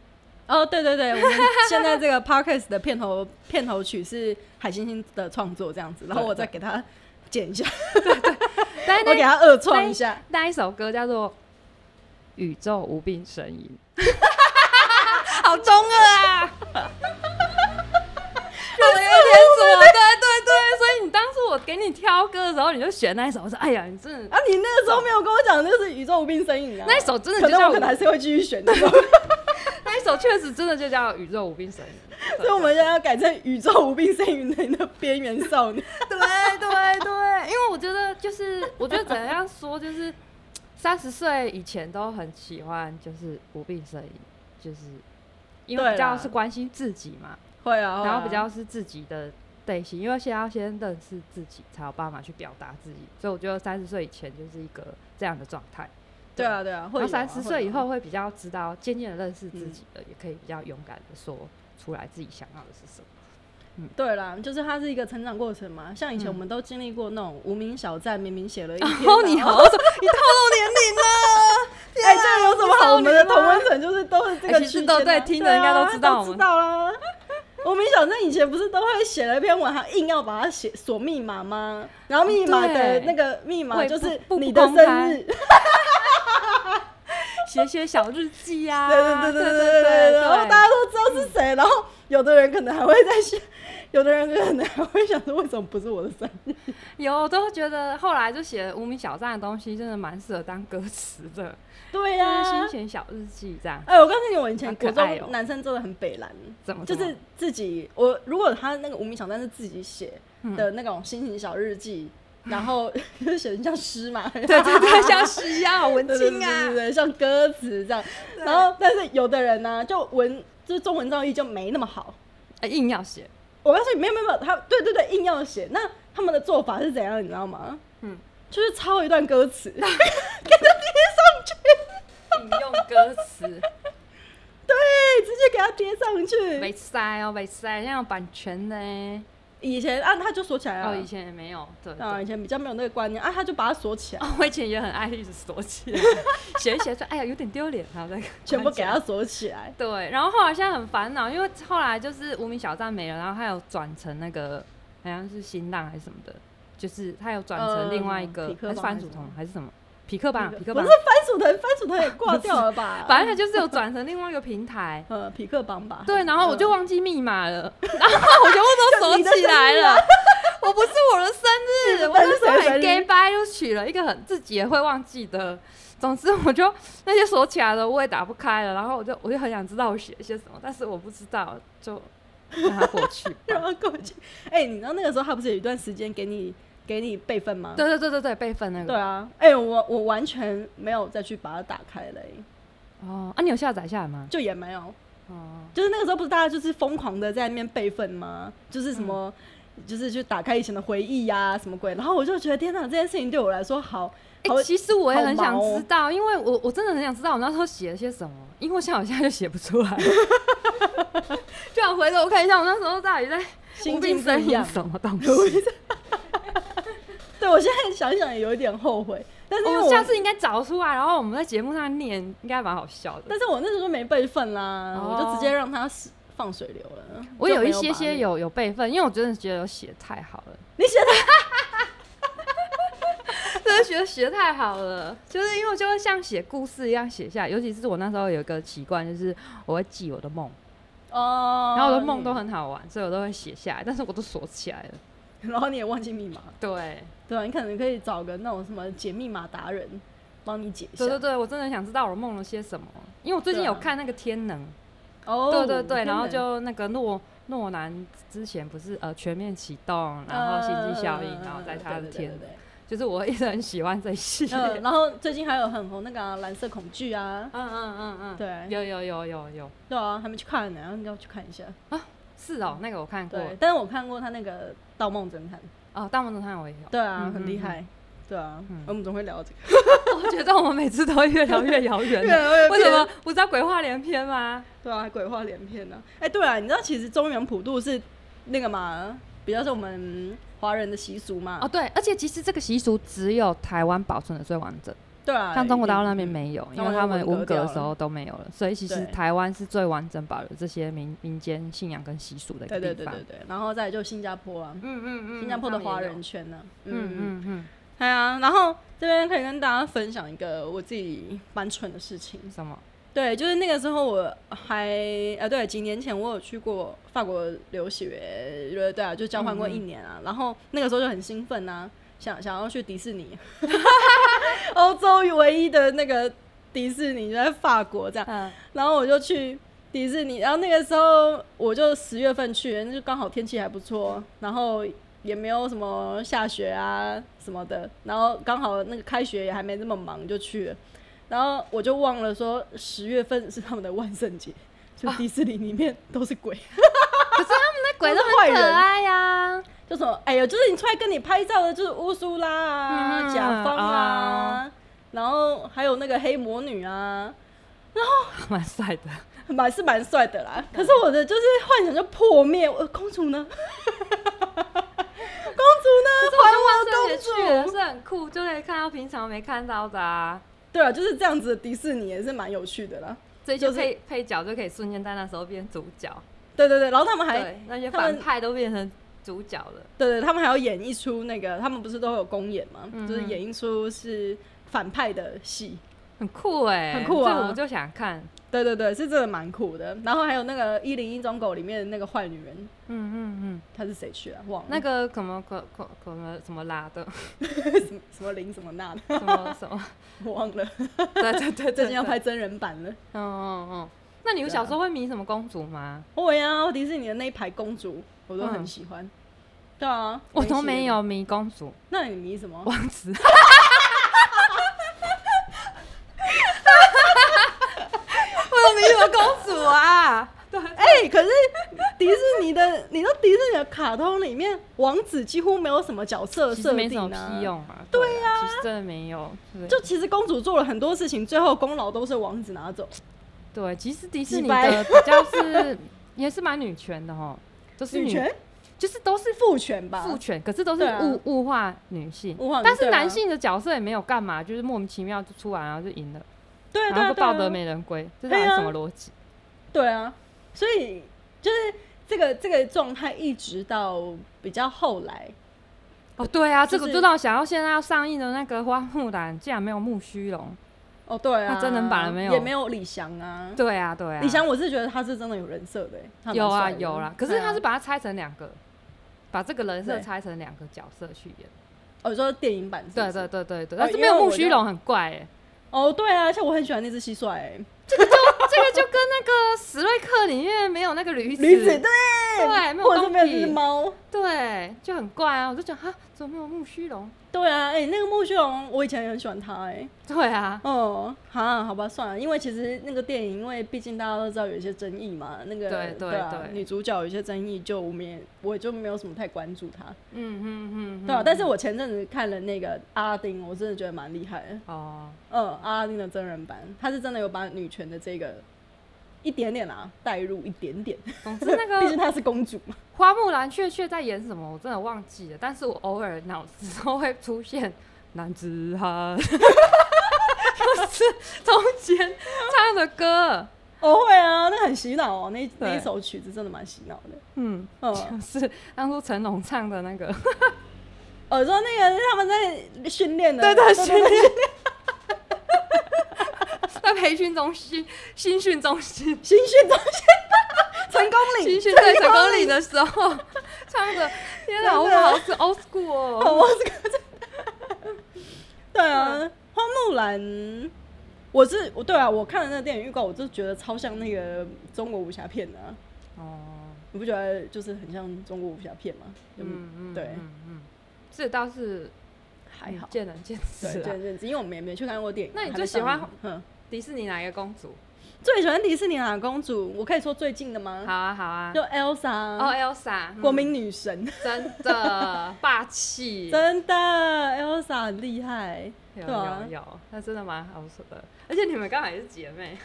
S2: 哦，对对对，我们现在 这个 podcast 的片头片头曲是海星星的创作这样子，然后我再给他剪一下，
S1: 但是
S2: 我给
S1: 哎那
S2: 他二创一下。
S1: 那一首歌叫做《宇宙无病呻吟》， 好中二啊！我有点什么？对对对，所以你当初我给你挑歌的时候，你就选那一首，我说：“哎呀，你真的
S2: 啊，你那个时候没有跟我讲，就是宇宙无病呻吟啊。
S1: 那一首真的
S2: 可
S1: 就
S2: 能
S1: 叫
S2: 我可能还是会继续选的，所
S1: 那一首确实真的就叫《宇宙无病呻吟》。
S2: 以我们现在要改成《宇宙无病呻吟》的那个边缘少 女。
S1: 对对对，因为我觉得就是，我觉得怎样说，就是三十岁以前都很喜欢，就是无病呻吟，就是因为
S2: 对
S1: 比较
S2: 啦
S1: 是关心自己嘛，
S2: 会啊，
S1: 然后比较是自己的内心，因为先要先认识自己，才有办法去表达自己。所以我觉得三十岁以前就是一个这样的状态。
S2: 对啊对啊，会有
S1: 然后
S2: 啊
S1: 三十岁以，
S2: 会有
S1: 后会比较知道，渐渐的认识自
S2: 嗯
S1: 己了，也可以比较勇敢的说出来自己想要的是什么。
S2: 啊对啦，就是它是一个成长过程嘛。像以前我
S1: 嗯
S2: 们都经历过那种无名小站，明明写了一篇，
S1: 哦，你好，
S2: 然
S1: 你
S2: 后
S1: 透露年龄了。
S2: 哎，这有什么好？我们的同温层就是都是这个
S1: 哎其实
S2: 区间
S1: 都
S2: 啊，
S1: 对听的应该都
S2: 对啊
S1: 知道我
S2: 都
S1: 们
S2: 知道啦。无名小站以前不是都会写了一篇文，还硬要把它写锁密码吗？然后密码的
S1: 哦对
S2: 那个密码
S1: 会
S2: 就是
S1: 不不
S2: 你
S1: 不
S2: 的
S1: 公
S2: 生
S1: 开
S2: 日，
S1: 写写小日记呀、
S2: 对对对对对
S1: 啊，
S2: 对对然后大家都知道是谁，然后有的人可能还会在想，有的人可能还会想说为什么不是我的生日？
S1: 有我都觉得后来就写无名小站的东西，真的蛮适合当歌词的，
S2: 对啊
S1: 就
S2: 呀、
S1: 是心情小日记这样。
S2: 哎，我告诉你，我以前
S1: 好可
S2: 国
S1: 爱哦
S2: 中男生真的很北蓝，
S1: 怎么
S2: 就是自己我如果他那个无名小站是自己写的那种心情小日 记，然后就是写的像诗嘛， 对
S1: 对对对，像诗一样好文
S2: 对对对
S1: 青
S2: 对
S1: 啊，
S2: 对，像歌词这样。然后，但是有的人呢、就文就是中文造诣就没那么好，
S1: 哎硬要写，
S2: 我告诉你，没有没有没有，他对对对，硬要写。那他们的做法是怎样，你知道 吗？
S1: 嗯，
S2: 就是抄一段歌 词，给他贴上去，
S1: 引用歌 词，
S2: 对，直接给他贴上
S1: 没
S2: 去。
S1: 塞哦，没塞，那样有版权呢？
S2: 以前啊，他就锁起来了。
S1: 哦，以前也没有，对
S2: 啊，
S1: 对。
S2: 以前比较没有那个观念啊，他就把它锁起来，
S1: 哦，我以前也很爱一直锁起来，写一写说，哎呀，有点丢脸，然后再
S2: 全部
S1: 关起
S2: 给
S1: 来
S2: 他锁起来。
S1: 对，然后后来现在很烦恼，因为后来就是无名小站没了，然后他有转成那个好像是新浪还是什么的，就是他有转成另外一
S2: 嗯
S1: 个、
S2: 匹克
S1: 还是
S2: 帮还
S1: 番薯
S2: 是什
S1: 桶
S2: 么
S1: 还是什么匹克吧，
S2: 那个
S1: 匹克
S2: 不
S1: 吧
S2: 是，番薯藤，番薯藤也挂掉了 吧？。
S1: 反正他就是有转成另外一个平台
S2: 呃，匹克帮吧。
S1: 对，然后我就
S2: 嗯
S1: 忘记密码了，然后我全部都
S2: 就
S1: 锁
S2: 你的
S1: 起来
S2: 生日啊
S1: 了。我不是我的生日，我那时候
S2: 你是谁生日
S1: 还 gay bye 就取了一个很自己也会忘记的。总之，我就那些锁起来的我也打不开了，然后我就我就很想知道我写了些什么，但是我不知道，就让它过去吧。
S2: 让他过去。哎、你知道那个时候他不是有一段时间给你给你备份吗？
S1: 对对对对对，备份那
S2: 对
S1: 个。
S2: 啊，哎、我我完全没有再去把它打开嘞、
S1: 哦，啊，你有下载下来吗？
S2: 就也没有，
S1: 哦，
S2: 就是那个时候不是大家就是疯狂的在那边备份吗？就是什么，
S1: 嗯
S2: 就是去打开以前的回忆呀、什么鬼，然后我就觉得天哪，这件事情对我来说好
S1: 哎、
S2: 好
S1: 其实我也
S2: 好
S1: 很想
S2: 毛哦
S1: 知道，因为我我真的很想知道我那时候写了些什么，因为我像我现在就写 不出来，就想回头看一下我那时候到底在
S2: 心
S1: 无病
S2: 境不
S1: 呻
S2: 一
S1: 吟
S2: 样。
S1: 什么东西。
S2: 对我现在想想也有一点后悔，但是 因为
S1: 我、
S2: 我
S1: 哦下次应该找出来，然后我们在节目上念，应该蛮好笑的。
S2: 但是我那时候没备份啦，
S1: 哦
S2: 我就直接让它是放水流了。
S1: 我
S2: 就
S1: 有
S2: 没
S1: 一
S2: 把
S1: 些
S2: 那
S1: 些
S2: 个，
S1: 有有备份，因为我真的觉得我写太好了，
S2: 你写的
S1: 真的觉得写太好了，就是因为我就会像写故事一样写下来，尤其是我那时候有一个习惯，就是我会记我的梦，
S2: 哦，
S1: 然后我的梦都很好玩，所以我都会写下来，但是我都锁起来了。
S2: 你，然后你也忘记密码，
S1: 对，
S2: 对吧、啊你可能可以找个那种什么解密码达人帮你解一下。
S1: 对对对，我真的想知道我梦了些什么，因为我最近
S2: 对啊
S1: 有看那个《天能》
S2: 哦，
S1: 对对对，
S2: 天哪
S1: 然后就那个诺诺兰之前不是呃全面启动，然后星际效应，然后在他的
S2: 呃对
S1: 天
S2: 对，对对
S1: 就是我一直很喜欢这一系列。
S2: 嗯，然后最近还有很红那个啊、蓝色恐惧啊
S1: 嗯，嗯嗯嗯，
S2: 对
S1: 有有有有有，
S2: 对啊，还没去看呢，要去看一下。
S1: 是哦，那个我看过
S2: 对，但是我看过他那个《盗梦侦探》，
S1: 哦，《大梦侦探》我也有。
S2: 对啊，
S1: 嗯
S2: 很厉
S1: 嗯
S2: 害，对啊，
S1: 嗯
S2: 我们总会聊到 这个。
S1: 我觉得我们每次都越聊越遥远了。
S2: 对
S1: 为什么？不知道鬼话连篇吗？
S2: 对啊，还鬼话连篇呢、啊。哎、对啊，你知道其实中原普渡是那个嘛，比较是我们华人的习俗嘛。
S1: 哦，对，而且其实这个习俗只有台湾保存的最完整，
S2: 对啊，
S1: 像中国大陆那边
S2: 一定，嗯
S1: 没有，因
S2: 中国
S1: 为
S2: 大
S1: 他
S2: 陆
S1: 们
S2: 文
S1: 文
S2: 革
S1: 革
S2: 掉
S1: 的时候都没有了，所以其实
S2: 对
S1: 台湾是最完整保留这些民民间信仰跟习俗的一
S2: 对
S1: 个
S2: 对
S1: 地
S2: 对
S1: 方。
S2: 对对。然后再来就新加坡啊，
S1: 嗯嗯
S2: 新加坡的华人
S1: 嗯
S2: 圈呢、啊，嗯嗯，
S1: 嗯嗯
S2: 对啊。然后这边可以跟大家分享一个我自己蛮蠢的事情。
S1: 嗯，什么？
S2: 对，就是那个时候我还呃，对，几年前我有去过法国留学，对对啊，就交换过一年啊。然后那个时候就很兴奋呐、想想要去迪士尼， 欧洲唯一的那个迪士尼就在法国这样。
S1: 嗯，
S2: 然后我就去迪士尼，然后那个时候我就十月份去，那就刚好天气还不错，然后也没有什么下雪啊什么的，然后刚好那个开学也还没那么忙就去了，然后我就忘了说十月份是他们的万圣节， 就迪士尼里面都是鬼，
S1: 那鬼都
S2: 坏
S1: 很可
S2: 人
S1: 爱啊呀、
S2: 就什么哎呀，就是你出来跟你拍照的就是乌苏拉啊、
S1: 嗯
S2: 甲方啊，然后还有那个黑魔女啊，
S1: 蛮帅的。
S2: 蛮是蛮帅的啦，可是我的就是幻想就破灭。我公主呢？ 公主呢？还我
S1: 这也去了
S2: 公主！
S1: 是很酷，就可以看到平常没看到的啊。
S2: 对啊，就是这样子，迪士尼也是蛮有趣的啦。
S1: 所以
S2: 就
S1: 就是配、配角就可以瞬间在那时候变主角，
S2: 对对对，然后他们还
S1: 对，那些
S2: 哎他们
S1: 反派都变成主角了。
S2: 对对，他们还要演一出那个，他们不是都有公演嘛，
S1: 嗯
S2: 就是演一出是反派的戏。
S1: 很酷哎、
S2: 很酷啊
S1: 这我就想看。
S2: 对对对，是真的蛮酷的。然后还有那个《一零一忠狗》里面的那个坏女人，
S1: 嗯嗯嗯，
S2: 她是谁去啊？忘了
S1: 那个什么可可可么什么拉 的，
S2: 什么什么林什么娜的，
S1: 什么什么，
S2: 我 忘了。
S1: 对对对，
S2: 最近要
S1: 对
S2: 拍。真人版了。
S1: 嗯嗯嗯，那你们小时候会迷什么公主吗？
S2: 会啊，迪士尼的那一排公主我都很喜欢。对啊，
S1: 嗯我
S2: 那一
S1: 都
S2: 系
S1: 没
S2: 列的。
S1: 有迷公主、
S2: 那你迷什么？
S1: 王子。 我迷什么公主啊？对，
S2: 哎、可是迪士尼的，你说迪士尼的卡通里面，王子几乎没有什么角色
S1: 其实
S2: 设
S1: 没什
S2: 定
S1: 么
S2: 啊
S1: 屁。用啊。对呀、其实真的没有。对
S2: 就其实公主做了很多事情，最后功劳都是王子拿走。
S1: 对，其实迪士
S2: 几
S1: 尼
S2: 百
S1: 的比较是 也是蛮女权的哈，都是
S2: 女权、
S1: 就是都是
S2: 父权吧，
S1: 父权，可是都是
S2: 对啊
S1: 物物化女性
S2: 物化女。
S1: 但是
S2: 对啊
S1: 男性的角色也没有干嘛，就是莫名其妙就出来然后就赢了，
S2: 对啊对
S1: 然
S2: 啊
S1: 后
S2: 对啊
S1: 道德美人归，这是
S2: 对啊
S1: 什么逻辑？
S2: 对啊，所以就是这个这个状态一直到比较后来，
S1: 哦，对啊，这
S2: 就是
S1: 个就让我想到现在要上映的那个《花木兰》，竟然没有木须龙。
S2: 哦对啊，
S1: 那真人版了没有
S2: 也没有李翔啊。
S1: 对啊，对啊，
S2: 李翔，我是觉得他是真的有人设的、欸，他蛮
S1: 有啊
S2: 帅的
S1: 有啦，可是
S2: 对啊
S1: 他是把它拆成两个，把这个人设
S2: 对
S1: 拆成两个角色去演。
S2: 哦，你说电影版是不
S1: 对
S2: 是？
S1: 对对对对，
S2: 哦
S1: 但是
S2: 因
S1: 没
S2: 为
S1: 有
S2: 我
S1: 木
S2: 就
S1: 须龙很怪哎。
S2: 哦，对啊，像我很喜欢那只蟋蟀、欸，
S1: 这个就跟那个史瑞克里面没有那个驴子，
S2: 驴子对，
S1: 对没有
S2: 或者是
S1: 公
S2: 没有那
S1: 平
S2: 只猫，
S1: 对，就很怪啊！我就讲哈，怎么没有木须龙？
S2: 对啊，哎、那个木须龙，我以前也很喜欢他、哎，
S1: 对啊，
S2: 哦，哈，好吧，算了，因为其实那个电影，因为毕竟大家都知道有一些争议嘛，那个
S1: 对对
S2: 啊
S1: 对
S2: 女主角有一些争议，就我们也我就没有什么太关注她，
S1: 嗯嗯嗯，
S2: 对啊，但是我前阵子看了那个阿拉丁，我真的觉得蛮厉害的，
S1: 哦，
S2: 嗯，阿拉丁的真人版，他是真的有把女权的这个一点点啊带入一点点，
S1: 总之那
S2: 毕 竟
S1: 个
S2: 她是公主嘛，
S1: 花木兰雀雀在演什么，我真的忘记了，但是我偶尔脑子都会出现男子 汉，就是中间唱的歌，
S2: 哦，会啊，那很洗脑哦，那那一
S1: 对
S2: 首曲子真的蛮洗脑 的，
S1: 嗯，
S2: 嗯。
S1: 就是当初成龙唱的那个，
S2: 耳朵那个是他们在训练的，
S1: 对对训练， 在培训中心、新训中心、
S2: 新训中心， 成功岭，
S1: 新训在成功岭的 时候唱的，天哪，我
S2: 真的
S1: 好是 old school 哦。
S2: 我这个真的对啊，花木兰，我是我对啊，我看了那个电影预告，我就觉得超像那个中国武侠片的、啊，
S1: 哦，
S2: 你不觉得就是很像中国武侠片吗？嗯，
S1: 嗯嗯，
S2: 对
S1: 嗯嗯，这倒是
S2: 还好，
S1: 见仁见
S2: 对，
S1: 智
S2: 对
S1: 啊。
S2: 对，因为我们也没去看过电影，
S1: 那你
S2: 还
S1: 最
S2: 没
S1: 喜
S2: 上
S1: 欢
S2: 映？嗯，
S1: 迪士尼哪一个公主？
S2: 最喜欢迪士尼哪个公主？我可以说最近的吗？
S1: 好啊，好啊
S2: 就。
S1: 哦
S2: Elsa，
S1: ，Elsa，
S2: 嗯国
S1: 嗯
S2: 民女神，
S1: 真 的霸气，
S2: 真的，Elsa 很厉害。
S1: 有
S2: 对啊
S1: 有有，那真的蛮好说的。而且你们刚好也是姐妹，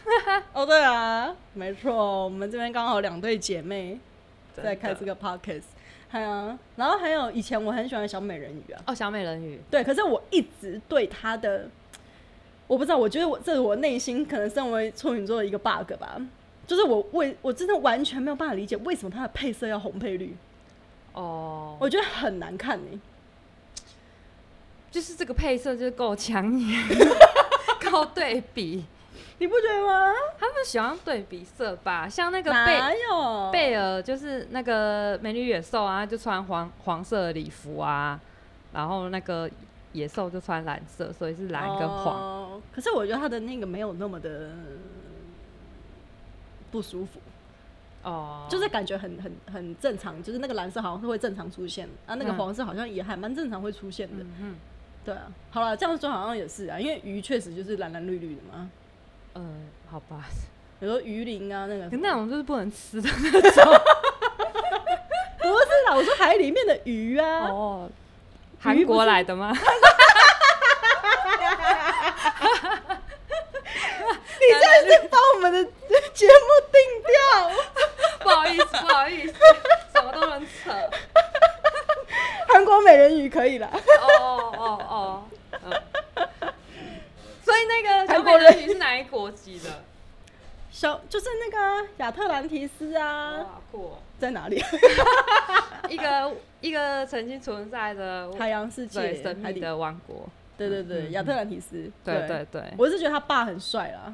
S2: 哦，对啊，没错，我们这边刚好两对姐妹
S1: 真
S2: 在开
S1: 的
S2: 这个 podcast，还有，然后还有以前我很喜欢小美人鱼啊，
S1: 哦，小美人鱼，
S2: 对，可是我一直对她的，我不知道，我觉得我这是我内心可能身为处女座的一个 bug 吧，就是我为我真的完全没有办法理解为什么她的配色要红配绿，
S1: 哦，
S2: 我觉得很难看欸呢、
S1: 就是这个配色就是够抢 眼， 够对比。
S2: 你不觉得吗？
S1: 他们喜欢对比色吧，像那个
S2: 哪
S1: 贝
S2: 有？
S1: 贝尔，就是那个美女野兽啊，就穿黄黄色的礼服啊，然后那个野兽就穿蓝色，所以是蓝跟黄。
S2: 哦可是我觉得她的那个没有那么的不舒服。
S1: 哦，
S2: 就是感觉很很很正常，就是那个蓝色好像是会正常出现，啊，那个
S1: 嗯
S2: 黄色好像也还蛮正常会出现的，
S1: 嗯哼，
S2: 对啊。好了，这样说好像也是啊，因为鱼确实就是蓝蓝绿绿的嘛，
S1: 嗯，好吧，
S2: 比如说鱼鳞啊那个
S1: 可
S2: 什么，
S1: 那种就是不能吃的。
S2: 不是啦，我说海里面的鱼啊，
S1: 哦， 韩国来的吗？
S2: 你真的是把我们的节目定掉，
S1: 不好意思，不好意思，什么都能 扯。
S2: 韩国美人鱼可以啦，
S1: 哦哦哦，嗯。所以那个小
S2: 韩
S1: 美
S2: 国人
S1: 人鱼是哪一国籍的？
S2: 小就是那个啊亚、特兰提斯啊，
S1: 哇，酷哦！
S2: 在哪 里？
S1: 一个一个曾经存在的
S2: 海洋世界
S1: 对神
S2: 海
S1: 秘
S2: 底，
S1: 的王国，
S2: 对对对，
S1: 嗯
S2: 亚、特兰提斯，
S1: 对对对，
S2: 我是觉得他爸很帅啦，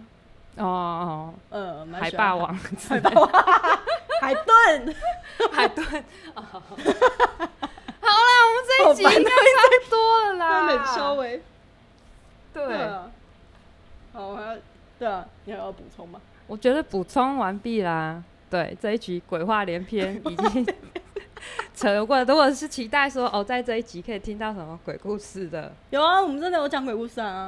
S1: 哦，
S2: 嗯，蛮
S1: 海啊
S2: 喜欢
S1: 霸
S2: 他
S1: 王，
S2: 海霸王，海 顿，
S1: 海顿，哦好啦，我们这一集应该差不多了
S2: 那
S1: 啦，
S2: 很稍微，对
S1: 啊对，
S2: 啊。好，我还要，对啊，你还要补充吗？
S1: 我觉得补充完毕啦。对，这一集鬼话连篇已经 扯过了。如果是期待说哦，在这一集可以听到什么鬼故事的，
S2: 有啊，我们真的有讲鬼故事 啊。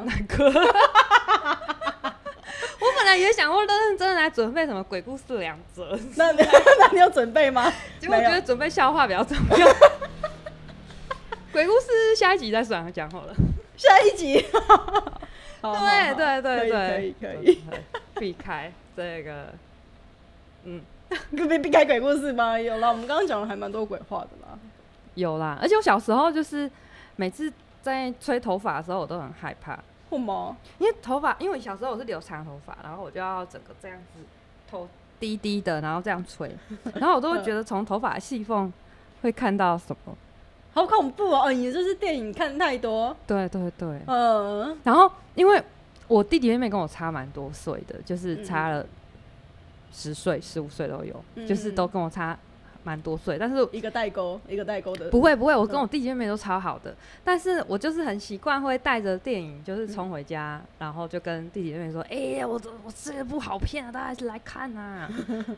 S1: 我本来也想过认真来准备什么鬼故事两则，
S2: 那 那你有准备 吗？
S1: 结果我觉
S2: 没
S1: 得
S2: 有
S1: 准备笑话比较重要。 鬼故事下一集再算讲好了。
S2: 下一 集。哦好好好
S1: 对对对
S2: 可以
S1: 对，
S2: 可以可以
S1: 避开这个，嗯，
S2: 可以避开鬼故事吗？有啦，我们刚刚讲了还蛮多鬼话的啦。
S1: 有啦。而且我小时候就是每次在吹头发的时候，我都很害怕，
S2: 为什么？
S1: 因为头发，因为小时候我是留长头发，然后我就要整个这样子头低低的，然后这 样吹，然后我
S2: 嗯
S1: 都会觉得从头发的细缝会看到什么。
S2: 好恐怖哦！哦，你就是电影看太多。
S1: 对对对，
S2: 嗯，
S1: 然后因为我弟弟妹妹跟我差蛮多岁的，就是差了十岁、十五岁都有，
S2: 嗯
S1: 就是都跟我差蛮多岁，但是。
S2: 一个代沟，一个代沟的。
S1: 不会不会，我跟我弟弟妹妹都超好的，但是我就是很习惯会带着电影，就是冲回家，然后就跟弟弟妹妹说：“哎、我我这部好片啊，大家还是来看啊。”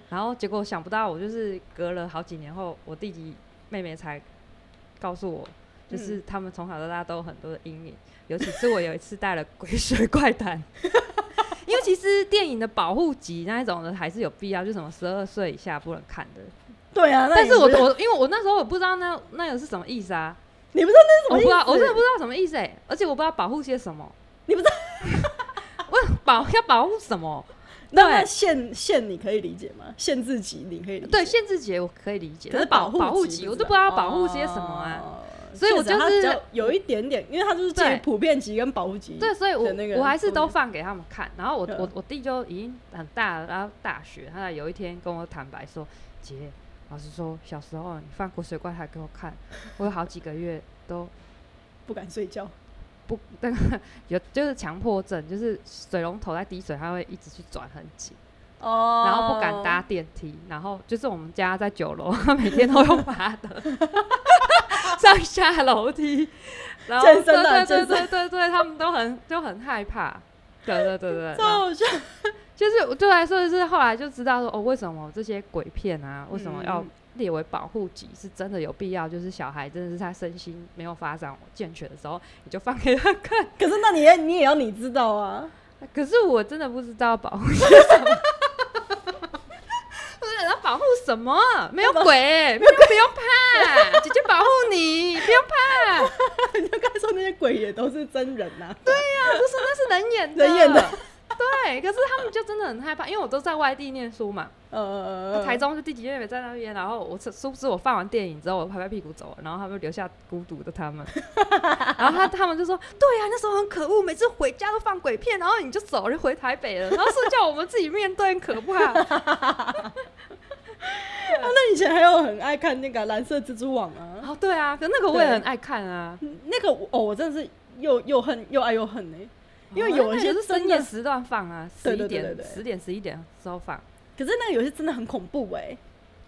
S1: 然后结果想不到，我就是隔了好几年后，我弟弟妹妹才告诉我，就是他们从小到大都有很多的阴影，尤其是我有一次带了《鬼 水怪谈》，因为其实电影的保护级那一种的还是有必要，就什么十二岁以下不能看的。
S2: 对啊，那
S1: 但
S2: 你
S1: 是我
S2: 不
S1: 我因为我那时候我不知道那那个是什么意思啊，
S2: 你不知道那是什
S1: 我
S2: 么
S1: 不
S2: 意思，
S1: 知道，我真的不知道什么意思哎、而且我不知道保护些什么。
S2: 你不知
S1: 道？我保要保护什么？
S2: 那
S1: 对
S2: 那限限你可以理解吗？限自己你可以理解，
S1: 对，限制节我可以理解，
S2: 可
S1: 但
S2: 是
S1: 是保
S2: 护
S1: 保护级
S2: 级
S1: 我
S2: 知
S1: 都不知道保护些什么啊。
S2: 哦
S1: 所以我
S2: 确实它
S1: 就是
S2: 比较有一点点，因为它就是介
S1: 对
S2: 于普遍级跟保护级。
S1: 对，所以我
S2: 的那个
S1: 我还是
S2: 中
S1: 都
S2: 间
S1: 放给他们看。然后我我
S2: 嗯
S1: 我弟就已经很大了，然后大学，他有一天跟我坦白说：“姐，老师说小时候你放国水怪还给我看，我有好几个月都
S2: 不敢睡觉，
S1: 不那个有就是强迫症，就是水龙头在滴水，他会一直去转很紧，
S2: 哦
S1: 然后不敢搭。电梯，然后就是我们家在九楼，他每天都用爬的。 上下楼梯，然后对
S2: 健身啊
S1: 对对
S2: 健
S1: 对对对，他们都很就很害怕，对 对对对，
S2: 超好笑，
S1: 就是我对我来说，就是后来就知道说，哦，为什么这些鬼片啊，为什么要
S2: 嗯
S1: 列为保护级，是真的有必要。就是小孩真的是他身心没有发展健全的时候，你就放给他看。
S2: 可是那你也你也要你知道 啊，
S1: 可是我真的不知道保 护是什么。我在想保护什么？没有鬼、不用不用怕，姐姐保护 你，不用怕。
S2: 你就刚才说那些鬼也都是真人呐、
S1: 不是，那是能演
S2: 人演的。
S1: 对，可是他们就真的很害怕，因为我都在外地念书嘛，
S2: 呃，
S1: 台中就第几院也在那边，然后我是是不是我放完电影之后，我拍拍屁股走了，然后他们留下孤独的他们， 然后他他们就说，对呀、那时候很可恶，每次回家都放鬼片，然后你就走就回台北了，然后是叫我们自己面对，很可怕。
S2: 啊那以前还有很爱看那个蓝色蜘蛛网啊，
S1: 哦，对啊，可那个我也很爱看啊，
S2: 那个我哦，我真的是又又恨又爱又恨呢、因为有一些
S1: 是
S2: 是哦真
S1: 哦深
S2: 的
S1: 夜时段放啊，十
S2: 对
S1: 一
S2: 对对
S1: 点
S2: 对对
S1: 十点十一点时候放，
S2: 可是那个有些真的很恐怖哎、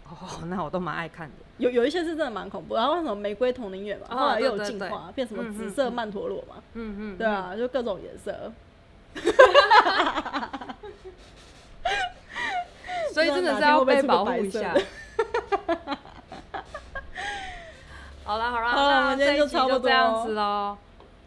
S1: 哦，那我都蛮爱看的，
S2: 有有一些是真的蛮恐怖，然后什么玫瑰同龄月嘛，
S1: 哦
S2: 后来又有
S1: 对对
S2: 进
S1: 对
S2: 化变什么
S1: 嗯
S2: 紫
S1: 嗯
S2: 色
S1: 嗯
S2: 曼陀罗嘛，
S1: 嗯嗯，
S2: 对啊，就各种颜色，
S1: 所以真的是要被保护一下。 好啦好啦，
S2: 好啦我
S1: 那
S2: 们今天
S1: 这一
S2: 就
S1: 集
S2: 差不
S1: 就这
S2: 多
S1: 样
S2: 咯
S1: 子喽，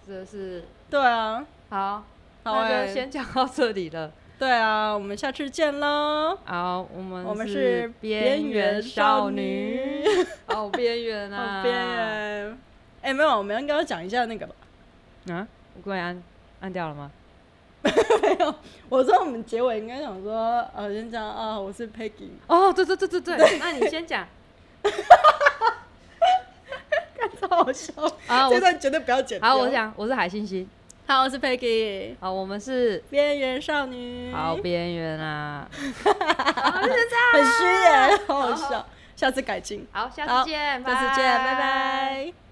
S1: 这是
S2: 对啊，
S1: 好，
S2: 好
S1: 那
S2: 欸
S1: 就先讲到这里了。
S2: 对啊，我们下次见喽，
S1: 好，我们
S2: 我们
S1: 是
S2: 是边缘少
S1: 少
S2: 女，
S1: 好边缘 啊，
S2: 好边缘。哎、没有，我们应该要讲一下那个吧。
S1: 啊，我过来按按掉了吗？
S2: 我说我们结尾应该想说，呃，先讲啊，我是 Peggy，
S1: 哦，对对对对对，那你先讲
S2: 超好笑，
S1: 啊，
S2: 这
S1: 我
S2: 段绝对不要剪掉。
S1: 好，我，讲我是海星星，
S2: 好，我是 Peggy，
S1: 好，我们是
S2: 边缘少女，
S1: 好边缘啊，
S2: 很虚耶，好好笑，下次改进，
S1: 好，下
S2: 好
S1: 次见，
S2: 下次见，拜拜。